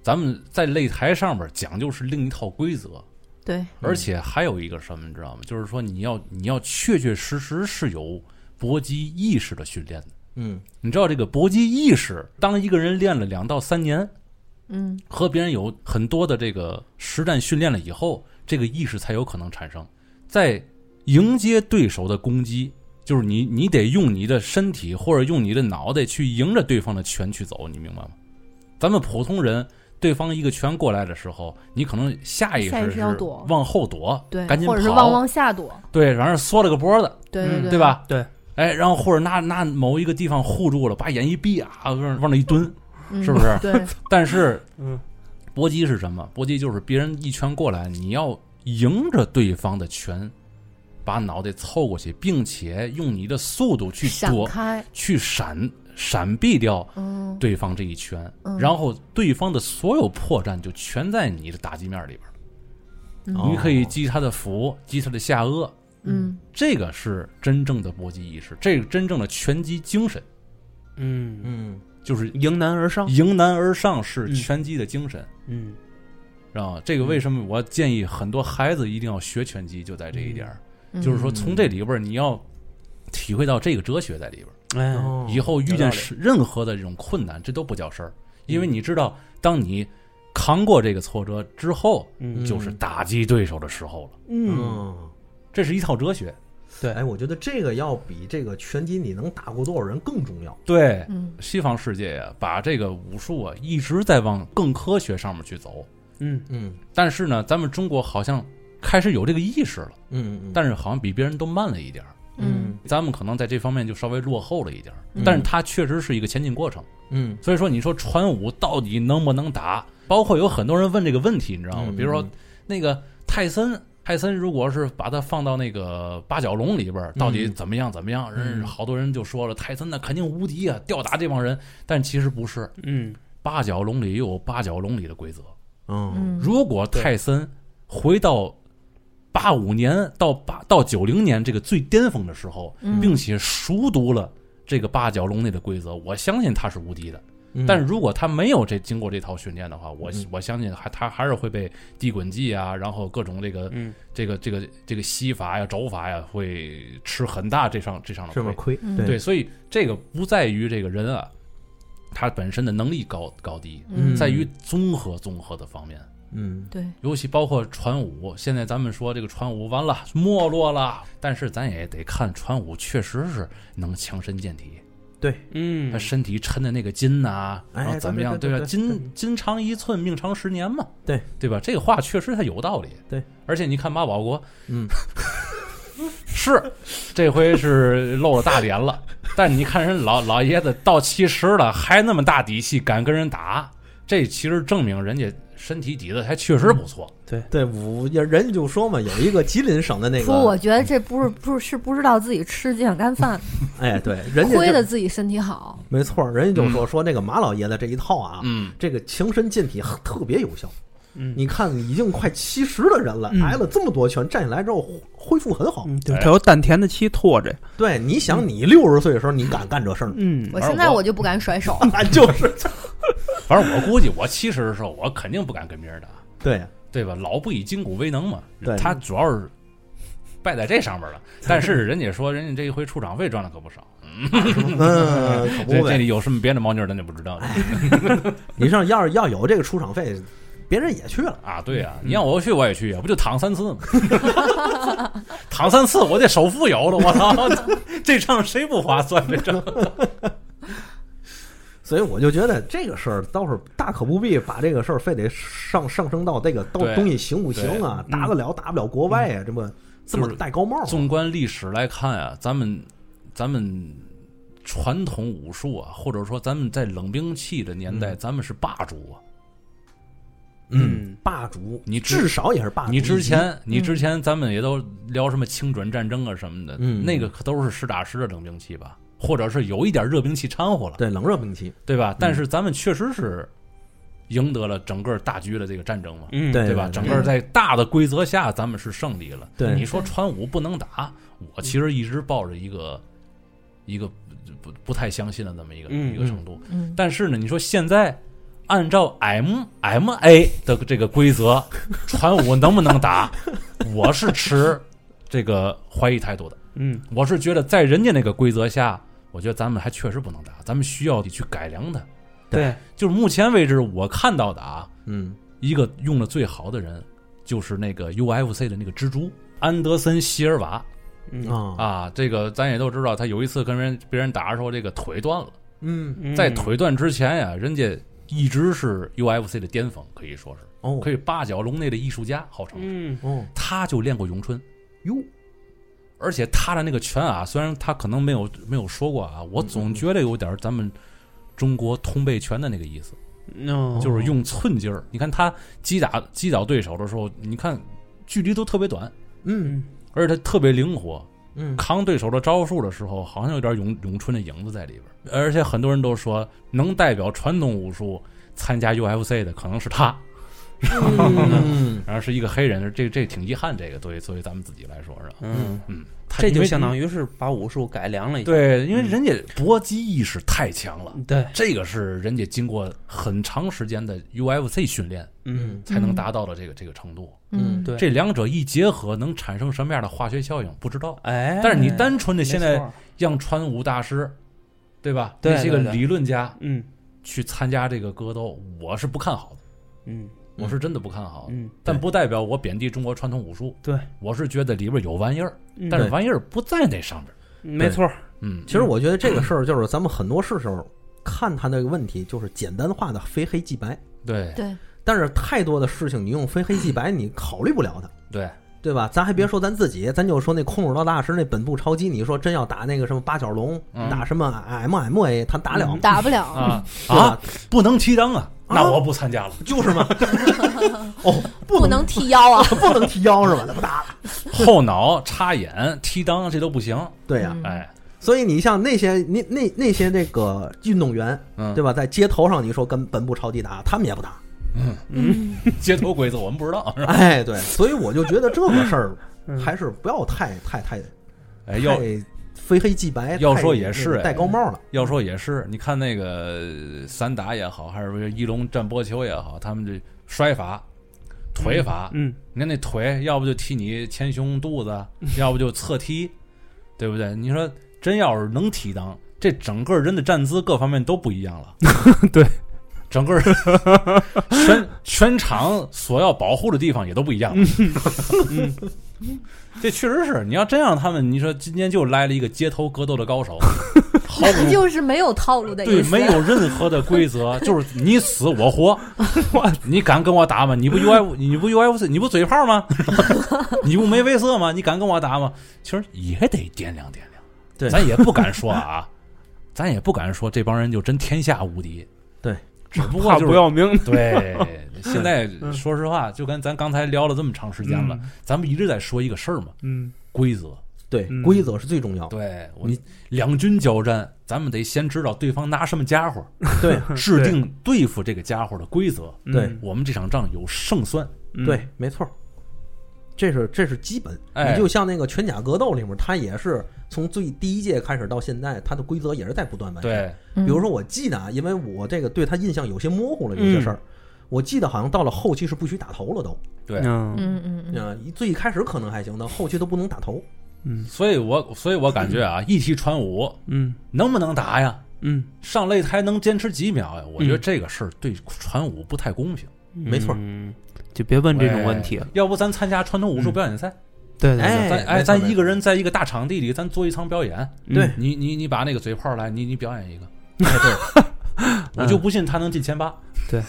S2: 咱们在擂台上边儿讲究是另一套规则，
S3: 对，
S4: 嗯
S2: 而且还有一个什么，你知道吗？就是说你要你要确确实实是有搏击意识的训练的。
S1: 嗯，
S2: 你知道这个搏击意识，当一个人练了两到三年，
S3: 嗯，
S2: 和别人有很多的这个实战训练了以后，这个意识才有可能产生。在迎接对手的攻击，就是你你得用你的身体或者用你的脑袋去迎着对方的拳去走，你明白吗？咱们普通人，对方一个拳过来的时候，你可能下意
S3: 下意
S2: 识
S3: 识
S2: 是
S3: 要躲
S2: 往后躲，
S3: 对，
S2: 赶紧跑，
S3: 或者是往往下躲，
S2: 对，然后缩了个脖子，
S3: 对
S4: 嗯
S3: 对
S2: 对？吧？
S4: 对，
S2: 哎，然后或者拿拿某一个地方护住了，把眼一闭啊，往往那一蹲。
S3: 嗯
S2: 是不是
S3: 对，
S2: 但是
S4: 嗯
S2: 搏击是什么？搏击就是别人一拳过来，你要迎着对方的拳，把脑袋凑过去，并且用你的速度 <laughs> 去
S3: 闪
S2: 躲、
S3: 开，
S2: 去闪、闪避掉
S3: 嗯
S2: 对方这一拳，
S3: 嗯
S2: 然后对方的所有破绽就全在你的打击面里边儿。
S1: 哦
S2: 嗯你可以击他的腹，击他的下颚，
S3: 嗯
S2: 这个是真正的搏击意识，这个真正的拳击精神，
S4: 嗯，
S1: 嗯，
S2: 就是
S4: 迎难而上，
S2: 迎难而上是
S4: 嗯
S2: 拳击的精神。
S4: 嗯
S2: 知道吗？这个为什么我建议很多孩子一定要学拳击，就在这一点儿，
S3: 嗯
S2: 就是说从这里边儿你要体会到这个哲学在里边儿，
S4: 哎
S2: 嗯
S3: 哦
S1: 嗯
S2: 以后遇
S4: 有道
S2: 见
S4: 理
S2: 是任何的这种困难，这都不叫事儿，因为你知道，当你扛过这个挫折之后，
S4: 嗯
S2: 就是打击对手的时候了。
S4: 嗯
S1: 嗯，
S2: 这是一套哲学，
S1: 哎，我觉得这个要比这个拳击你能打过多少人更重要。
S2: 对
S3: 嗯
S2: 西方世界呀、把这个武术啊一直在往更科学上面去走，
S4: 嗯
S1: 嗯
S2: 但是呢，咱们中国好像开始有这个意识了，
S1: 嗯嗯，
S2: 但是好像比别人都慢了一点儿。
S3: 嗯
S2: 咱们可能在这方面就稍微落后了一点儿，
S1: 嗯
S2: 但是它确实是一个前进过程。
S1: 嗯
S2: 所以说，你说传武到底能不能打？包括有很多人问这个问题，你知道吗
S1: 嗯？
S2: 比如说
S1: 嗯
S2: 那个泰森，泰森如果是把他放到那个八角笼里边儿，到底怎么样？怎么样？
S1: 嗯
S2: 人好多人就说了，泰森那肯定无敌啊，吊打这帮人。但其实不是，
S4: 嗯
S2: 八角笼里又有八角笼里的规则。
S1: 嗯
S3: 嗯，
S2: 如果泰森回到八五年到八到九零年这个最巅峰的时候，
S3: 嗯
S2: 并且熟读了这个八角笼内的规则，我相信他是无敌的。
S1: 嗯，
S2: 但是如果他没有这经过这套训练的话，我
S1: 嗯
S2: 我相信还他还是会被地滚技啊，然后各种这个
S4: 嗯
S2: 这个这个这个膝法呀、肘法呀，会吃很大这上这上的
S1: 这么
S2: 亏。
S1: 亏，
S3: 嗯
S1: 对
S2: 对，所以这个不在于这个人啊，他本身的能力高高低，
S1: 嗯
S2: 在于综合综合的方面。
S1: 嗯，
S3: 对，
S2: 尤其包括传武，现在咱们说这个传武完了没落了，但是咱也得看传武确实是能强身健体，
S4: 嗯
S2: 他，身体抻的那个筋呐、
S1: 哎
S2: 然后怎么样，
S1: 对对对
S2: 吧？
S1: 对
S2: 筋筋长一寸，命长十年嘛，
S1: 对
S2: 对吧？这个话确实它有道理，
S1: 对。
S2: 而且你看马保国，
S1: 嗯，
S2: 是 <laughs> 这回是露了大脸了， <laughs> 但你看人老老爷子到七十了还那么大底气，敢跟人打，这其实证明人家身体底子还确实不错。
S1: 对，五人家就说嘛，有一个吉林省的那
S3: 说我
S1: 个，
S3: 觉得这不是不是是不知道自己吃健干饭，
S1: 哎，对，人家
S3: 亏
S1: 就
S3: 得自己身体好。
S1: 没错，人家就说说那个马老爷子这一套啊，
S2: 嗯，
S1: 这个强身健体呵特别有效。
S4: 嗯
S1: 你看，已经快七十的人了，
S4: 嗯
S1: 挨了这么多拳，站起来之后恢恢复很好。
S4: 嗯，对
S2: 哎，
S4: 他有丹田的气拖着。
S1: 对，你想，你六十岁的时候，你敢干这事儿吗？
S4: 嗯
S3: 我现在我就不敢
S1: <laughs>
S3: 甩手，
S1: 那就是
S2: 嗯反正我估计我七十的时候，我肯定不敢跟别人打，
S1: 对，
S2: 对吧？老不以筋骨为能嘛
S1: 对，
S2: 他主要是败在这上面了。但是人家说，人家这一回出场费赚了可不少。
S1: 嗯，可
S2: 这
S1: 不
S2: 这
S1: 呗。
S2: 里有什么别的猫腻儿咱就不知道了
S1: 你上要是要有这个出场费，别人也去了。
S2: 啊。对啊，你让我去我也去，我不就躺三次吗？ <laughs> 躺三次我得首付有了，我操！ <laughs> 这账谁不划算？这
S1: <laughs>
S2: 账
S1: 所以我就觉得这个事儿倒是大可不必把这个事儿非得上上升到这个到
S2: 对嗯
S1: 东西行不行啊，
S4: 对
S1: 打得了打不了国外啊，这么这么
S2: 就是
S1: 戴高帽啊。
S2: 纵观历史来看啊，咱们咱们传统武术啊，或者说咱们在冷兵器的年代，咱们是霸主啊。
S1: 嗯，霸主，
S2: 你之
S1: 至少也是霸主。
S2: 你之，前，你之前，咱们也都聊什么轻准战争啊什么的，
S1: 嗯
S2: 那个可都是实打实的冷兵器吧，或者是有一点热兵器掺和了，
S1: 对冷热兵器，
S2: 对吧？但是咱们确实是赢得了整个大局的这个战争嘛，
S4: 嗯，
S1: 对
S2: 对吧？整个在大的规则下，咱们是胜利了。
S1: 对
S2: 你说传武不能打，我其实一直抱着一个一个不不太相信的这么一个
S4: 嗯
S2: 一个程度。
S3: 嗯，
S2: 但是呢，你说现在按照 M M A 的这个规则，传武能不能打？ <laughs> 我是持这个怀疑态度的。
S4: 嗯
S2: 我是觉得在人家那个规则下，我觉得咱们还确实不能打，咱们需要去改良它。
S4: 对，
S2: 就是目前为止我看到的啊，
S1: 嗯，
S2: 一个用的最好的人就是那个 UFC 的那个蜘蛛安德森希尔瓦
S4: 嗯
S1: 啊，
S2: 啊，这个咱也都知道，他有一次跟人别人打的时候，这个腿断了。
S1: 嗯，
S2: 在腿断之前呀、人家一直是 UFC 的巅峰，可以说是
S1: 哦，
S2: 可以八角笼内的艺术家，号称是。
S4: 嗯
S1: 哦，
S2: 他就练过咏春，
S1: 哟，
S2: 而且他的那个拳啊，虽然他可能没有没有说过啊，我总觉得有点咱们中国通背拳的那个意思，
S4: 嗯，
S2: 就是用寸劲儿。你看他击打击倒对手的时候，你看距离都特别短，
S1: 嗯
S2: 而且他特别灵活，
S1: 嗯，
S2: 扛对手的招数的时候，好像有点咏咏春的影子在里边儿。而且很多人都说，能代表传统武术参加 UFC 的可能是他，
S1: 嗯，
S2: 然后是一个黑人，这这挺遗憾。这个作为作为咱们自己来说是吧，
S4: 嗯，
S2: 嗯，他
S4: 这就
S2: 因为
S4: 相当于是把武术改良了一下。
S2: 对，因为人家搏击意识太强了，
S4: 对，
S2: 这个是人家经过很长时间的 UFC 训练
S4: 嗯
S2: 才能达到的这个这个程度。
S1: 嗯
S3: 嗯，
S4: 对，
S2: 这两者一结合，能产生什么样的化学效应不知道。
S4: 哎，
S2: 但是你单纯的
S4: 没
S2: 现在
S4: 错
S2: 让川武大师，对吧？
S4: 对
S2: 那些个
S4: 对对
S2: 理论家
S4: 嗯
S2: 去参加这个格斗，我是不看好的，
S4: 嗯
S2: 我是真的不看好的。
S4: 嗯，
S2: 但不代表我贬低中国传统武术，
S4: 对，
S2: 我是觉得里边有玩意儿，
S4: 嗯
S2: 但是
S1: 对
S2: 玩意儿不在那上边。
S4: 没错，
S2: 嗯，
S1: 其实我觉得这个事儿就是咱们很多事时候看他那个问题，就是简单化的非黑即白。
S2: 对
S3: 对，
S1: 但是太多的事情，你用非黑即白，你考虑不了它，
S2: 对，
S4: 啊
S1: 对吧？咱还别说咱自己，咱就说那空手道大师那本部超级，你说真要打那个什么八角笼，
S2: 嗯
S1: 打什么 MMA，他打了吗？
S3: 打不
S4: <laughs>
S3: 了，
S2: 啊
S1: 对吧
S2: 啊，，不能提裆啊，
S1: 啊
S2: 那我不参加了。
S1: 就是嘛。 <laughs> 哦，不
S3: 不能踢腰啊。
S1: 不能提腰是吧？那不打了。
S2: 后脑插眼、踢裆这都不行。
S1: 对呀、
S3: 嗯
S2: 哎，
S1: 所以你像那些那那那些那个运动员，
S2: 嗯
S1: 对吧？在街头上，你说跟本部超级打，他们也不打。
S2: 嗯街头鬼子我们不知
S4: <laughs>
S2: 道。是吧
S1: <laughs> 哎，对，所以我就觉得这个事儿
S4: 嗯
S1: 还是不要太太太
S2: 哎，
S4: <laughs>
S2: 要
S1: 太非黑即白，
S2: 要
S1: 太
S2: 说也是哎
S1: 那个戴高帽了。
S2: 要说也是，你看那个呃散打也好，还是一龙战波球也好，他们这摔法、腿法，
S4: 嗯
S2: 你看那腿，要不就踢你前胸肚
S4: <laughs>
S2: 子，要不就侧踢，对不对？你说真要是能踢裆，这整个人的站姿各方面都不一样了。
S4: <laughs> 对，
S2: 整个
S4: <laughs>
S2: 儿全全场所要保护的地方也都不一样。<laughs>
S4: 嗯
S2: 这确实是，你要真让他们，你说今天就来了一个街头格斗的高手，毫无
S3: 就是没有套路的意
S2: 对，
S3: 思。
S2: 没有任何的规则，就是你死我活，你敢跟我打吗？你不 U F 你不 U F C 你不嘴炮吗？ <laughs> 你不眉飞色吗？你敢跟我打吗？其实也得掂量掂量，
S1: 对
S2: 咱也不敢说啊，咱也不敢说这帮人就真天下无敌，
S1: 对，
S2: 只不过
S4: 怕
S2: 就
S4: 不嗯
S2: 是
S4: 要命。
S2: 对，现在说实话，就跟咱刚才聊了这么长时间了，咱们一直在说一个事儿嘛，
S4: 嗯，
S2: 规则。
S1: 对，
S4: 嗯
S1: 规则是最重要的。
S2: 对，我
S1: 你
S2: 两军交战，咱们得先知道对方拿什么家伙，
S1: 对
S2: 制定嗯对付这个家伙的规则。
S4: 嗯
S1: 对
S2: 我们这场仗有胜算，
S4: 嗯
S1: 对，没错儿，这是这是基本。
S2: 哎
S1: 你就像那个拳甲格斗里面，它也是从最第一届开始到现在，它的规则也是在不断完善。
S2: 对，
S3: 嗯
S1: 比如说我记得啊，因为我这个对他印象有些模糊了，有些事儿，我记得好像到了后期是不许打头了都，
S2: 对
S4: 嗯
S3: 嗯嗯嗯，
S1: 啊，最一开始可能还行，到后期都不能打头。
S4: 嗯
S2: 所以我所以我感觉啊，一提传武
S4: 嗯
S2: 能不能打呀？
S4: 嗯，
S2: 上擂台能坚持几秒呀？我觉得
S4: 嗯
S2: 这个事儿对传武不太公平。
S1: 没错
S4: 嗯，就别问这种问题了
S2: 哎。要不咱参加传统武术表演赛？
S4: 对对
S1: 哎
S4: 对，
S2: 咱
S1: 没错
S2: 咱
S1: 没
S2: 一个
S1: 错
S2: 人在一个大场地里，咱做一场表演。
S4: 嗯
S1: 对
S2: 你你你把那个嘴炮来，你你表演一个，
S1: 对
S2: 我就不信他能进前八。
S4: 嗯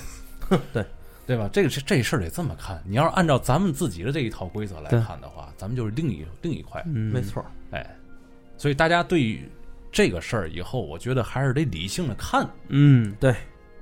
S4: 对，
S1: 对
S2: <laughs> 对吧？这个这这事儿得这么看。你要是按照咱们自己的这一套规则来
S4: 对
S2: 看的话，咱们就是另一另一块。
S1: <laughs>
S4: 嗯，
S1: 没错儿，
S2: 哎，所以大家对于这个事儿以后，我觉得还是得理性的看。
S4: 嗯，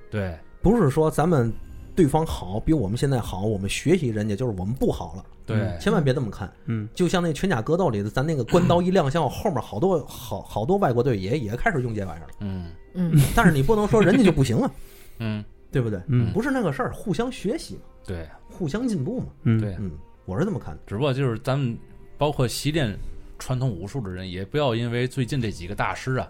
S2: 对
S1: 不是说咱们对方好比我们现在好，我们学习人家就是我们不好了，
S2: 对，
S4: 嗯
S1: 千万别这么看。
S4: 嗯
S1: 就像那拳甲格斗里的，咱那个关刀一亮相，后面好多好好多外国队也也开始用这玩意
S2: <laughs>
S1: 儿了。
S2: 嗯
S3: 嗯
S1: 但是你不能说人家就不行啊，
S2: 嗯，
S1: 对不对？
S4: 嗯
S1: 不是那个事儿，互相学习嘛，
S2: 对
S1: 互相进步嘛。
S4: 嗯，
S2: 对。
S1: 嗯，我是这么看的。
S2: 只不过就是咱们包括习练传统武术的人，也不要因为最近这几个大师啊。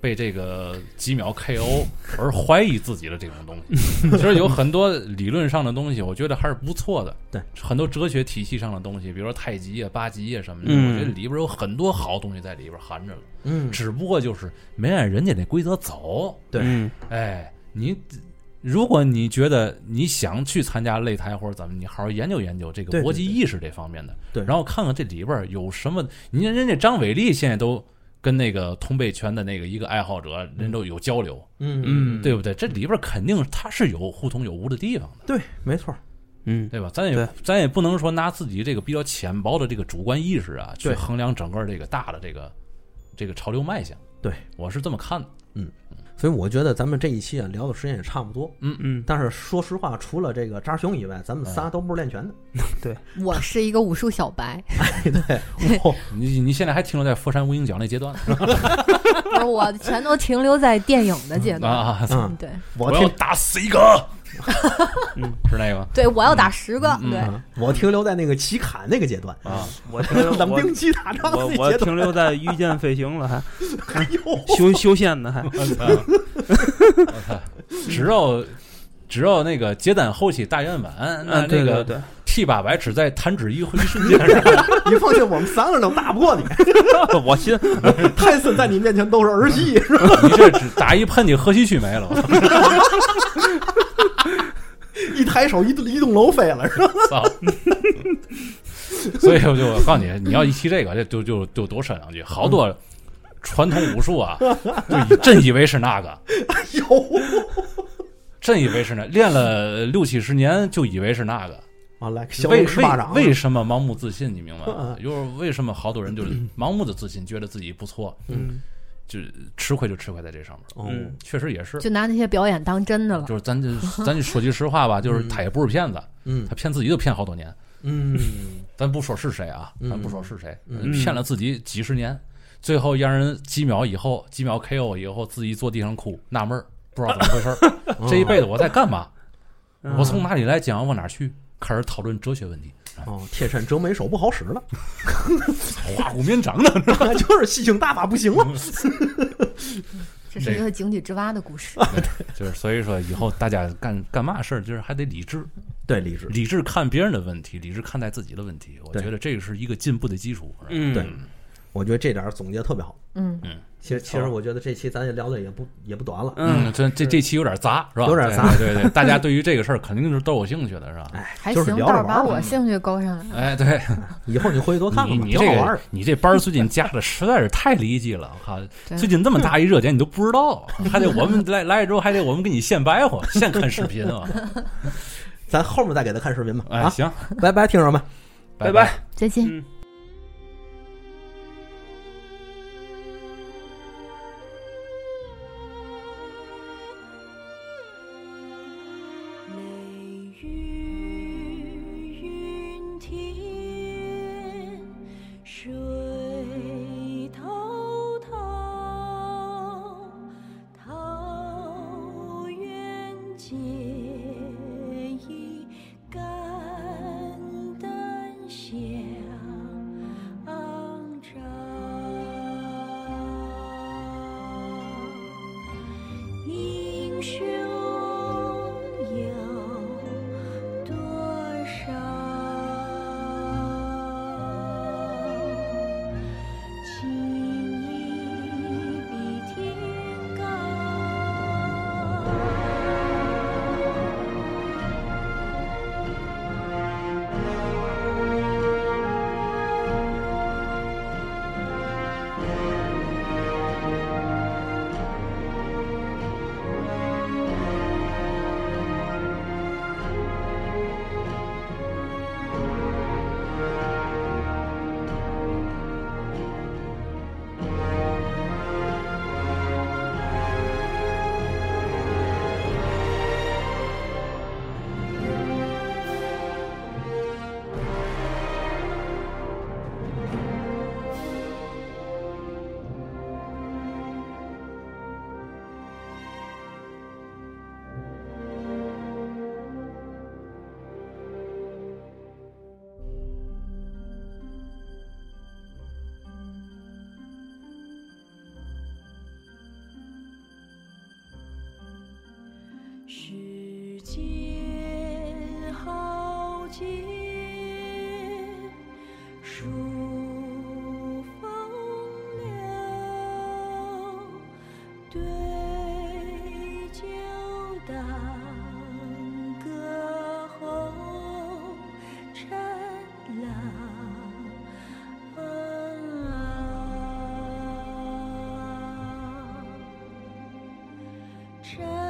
S2: 被这个几秒 KO 而怀疑自己的这种东
S1: <laughs>
S2: 西，其实有很多理论上的东西，我觉得还是不错的。
S1: 对，
S2: 很多哲学体系上的东西，比如说太极啊、八极啊什么的，
S4: 嗯
S2: 我觉得里边有很多好东西在里边含着了。
S1: 嗯，
S2: 只不过就是没按人家那规则走。
S1: 对
S4: 嗯
S2: 哎，你如果你觉得你想去参加擂台或者怎么，你好好研究研究这个
S1: 对对
S2: 搏击意识这方面的，
S1: 对
S2: 然后看看这里边有什么。你看人家张伟丽现在都跟那个通背拳的那个一个爱好者，人都有交流，
S1: 嗯，
S4: 嗯，
S2: 对不对？这里边肯定他是有互通有无的地方的，
S1: 对，没错儿，
S4: 嗯
S2: 对吧？咱也
S4: 对
S2: 咱也不能说拿自己这个比较浅薄的这个主观意识啊，去
S1: 对
S2: 衡量整个这个大的这个这个潮流脉象。
S1: 对，
S2: 我是这么看的。
S1: 所以我觉得咱们这一期啊聊的时间也差不多。
S4: 嗯，
S1: 但是说实话，除了这个扎兄以外，咱们仨都不是练拳的。
S3: 嗯我是一个武术小白， <laughs>
S1: 对，我
S2: 你你现在还停留在佛山无影脚那
S1: <laughs>
S2: 阶段
S3: 不是我全都停留在电影的阶段。
S2: 啊？
S1: 嗯，
S3: 对
S1: 我
S2: 要
S1: 停，
S2: 打死一个， <laughs> 是那个吗？
S3: 对，我要打十个，
S2: 嗯
S3: 对，
S1: 嗯我停留在那个奇砍那个阶段
S2: 啊，
S4: 我停留
S1: 冷
S4: 我
S1: 兵器打仗
S4: 我
S1: 那
S4: 我
S1: 阶
S4: 停
S1: 段。
S4: 留在御剑飞行 <laughs> 了，还
S1: 哎呦，
S4: 修修仙呢，还
S2: 嗯我操！我操！只要只要那个结丹后期大圆满，那
S4: 嗯，
S2: 那
S4: 对对
S2: 个
S4: 对，
S2: T 八百只在弹指一挥瞬间， <laughs> 是吧
S1: 你放心，我们三个人都打不过你。
S4: <laughs> 我信，
S1: 泰森在你面前都是儿戏，是吧？
S2: 你这只打一喷嚏，河西区没了。我
S1: 一抬手，一一栋楼飞了，是吧？
S2: 操！ <laughs> 所以我就我告诉你，你要一提这个，这就就就多说两句。好多传统武术 <laughs> 啊，就以真以为是那个，
S1: 哎呦，
S2: 真以为是那练了六七十年，就以为是那个。
S1: 啊，来小
S2: 为
S1: 五十巴掌，
S2: 为为什么盲目自信？你明白吗
S1: 啊嗯？
S2: 就是为什么好多人
S1: <clears throat>
S2: 就是盲目的自信，觉得自己不错，
S4: 嗯
S2: 就是吃亏就吃亏在这上面。
S1: 哦
S4: 嗯
S2: 确实也是，
S3: 就拿那些表演当真的了。
S2: 就是
S3: <laughs>
S2: 咱就咱就说句实话吧，就是
S1: 嗯
S2: 他也不是骗子，
S1: 嗯
S2: 他骗自己都骗好多年。
S1: 嗯，
S2: 咱不说是谁啊，
S1: 嗯
S2: 咱不说是谁，
S1: 嗯
S2: 骗了自己几十年，最后让人几秒以后，几秒 KO 以后，自己坐地上哭，纳闷儿，不知道怎么回事
S1: <laughs>
S2: 儿。这一辈子我在干嘛？
S4: 嗯
S2: 我从哪里来，想要往哪儿去？开始讨论哲学问题，
S1: 哦，铁扇折眉手不好使了，
S2: 花骨绵掌呢？
S1: 就是吸星大法不行了。
S3: 这是一个井底之蛙的故事。
S2: 就是所以说，以后大家干干嘛事儿，就是还得理智，
S1: 对，理智，
S2: 理智看别人的问题，理智看待自己的问题。我
S1: 对
S2: 觉得这个是一个进步的基础。是吧
S4: 嗯
S1: 对我觉得这点儿总结得特别好。
S3: 嗯，
S1: 其实其实我觉得这期咱也聊的也不也不短了，
S4: 嗯，
S2: 这这这期有点杂，是吧？
S1: 有点杂
S2: 对，对对，大家对于这个事儿肯定是都有兴趣的，是吧？
S1: 哎，
S3: 还
S1: 就是
S3: 行，
S1: 聊
S3: 倒
S1: 着
S3: 是
S1: 玩
S3: 把
S1: 儿吧。
S3: 我兴趣勾上来了。
S2: 哎，对
S1: 以后你回去多看
S2: 你
S1: 看吧，
S2: 你
S1: 挺
S2: 这
S1: 好玩
S2: 个
S1: 儿。
S2: 你这班儿最近加的实在是太离奇了，我靠！
S3: 对
S2: 最近这么大一热点，你都不知道，还得我们来来了之后还得我们给你现掰活，现看视频啊！
S1: 咱后面再给他看视频吧。
S2: 哎，
S1: 啊，
S2: 行，
S1: 拜拜，听友们。
S4: 拜
S2: 拜
S4: 拜。。
S3: 再见。
S4: 嗯。
S5: 每日云天，水滔滔，桃源结衣肝胆香照。英雄有多少？情谊比天高。世间豪杰，数风流，对酒当歌喉，禅朗昂。禅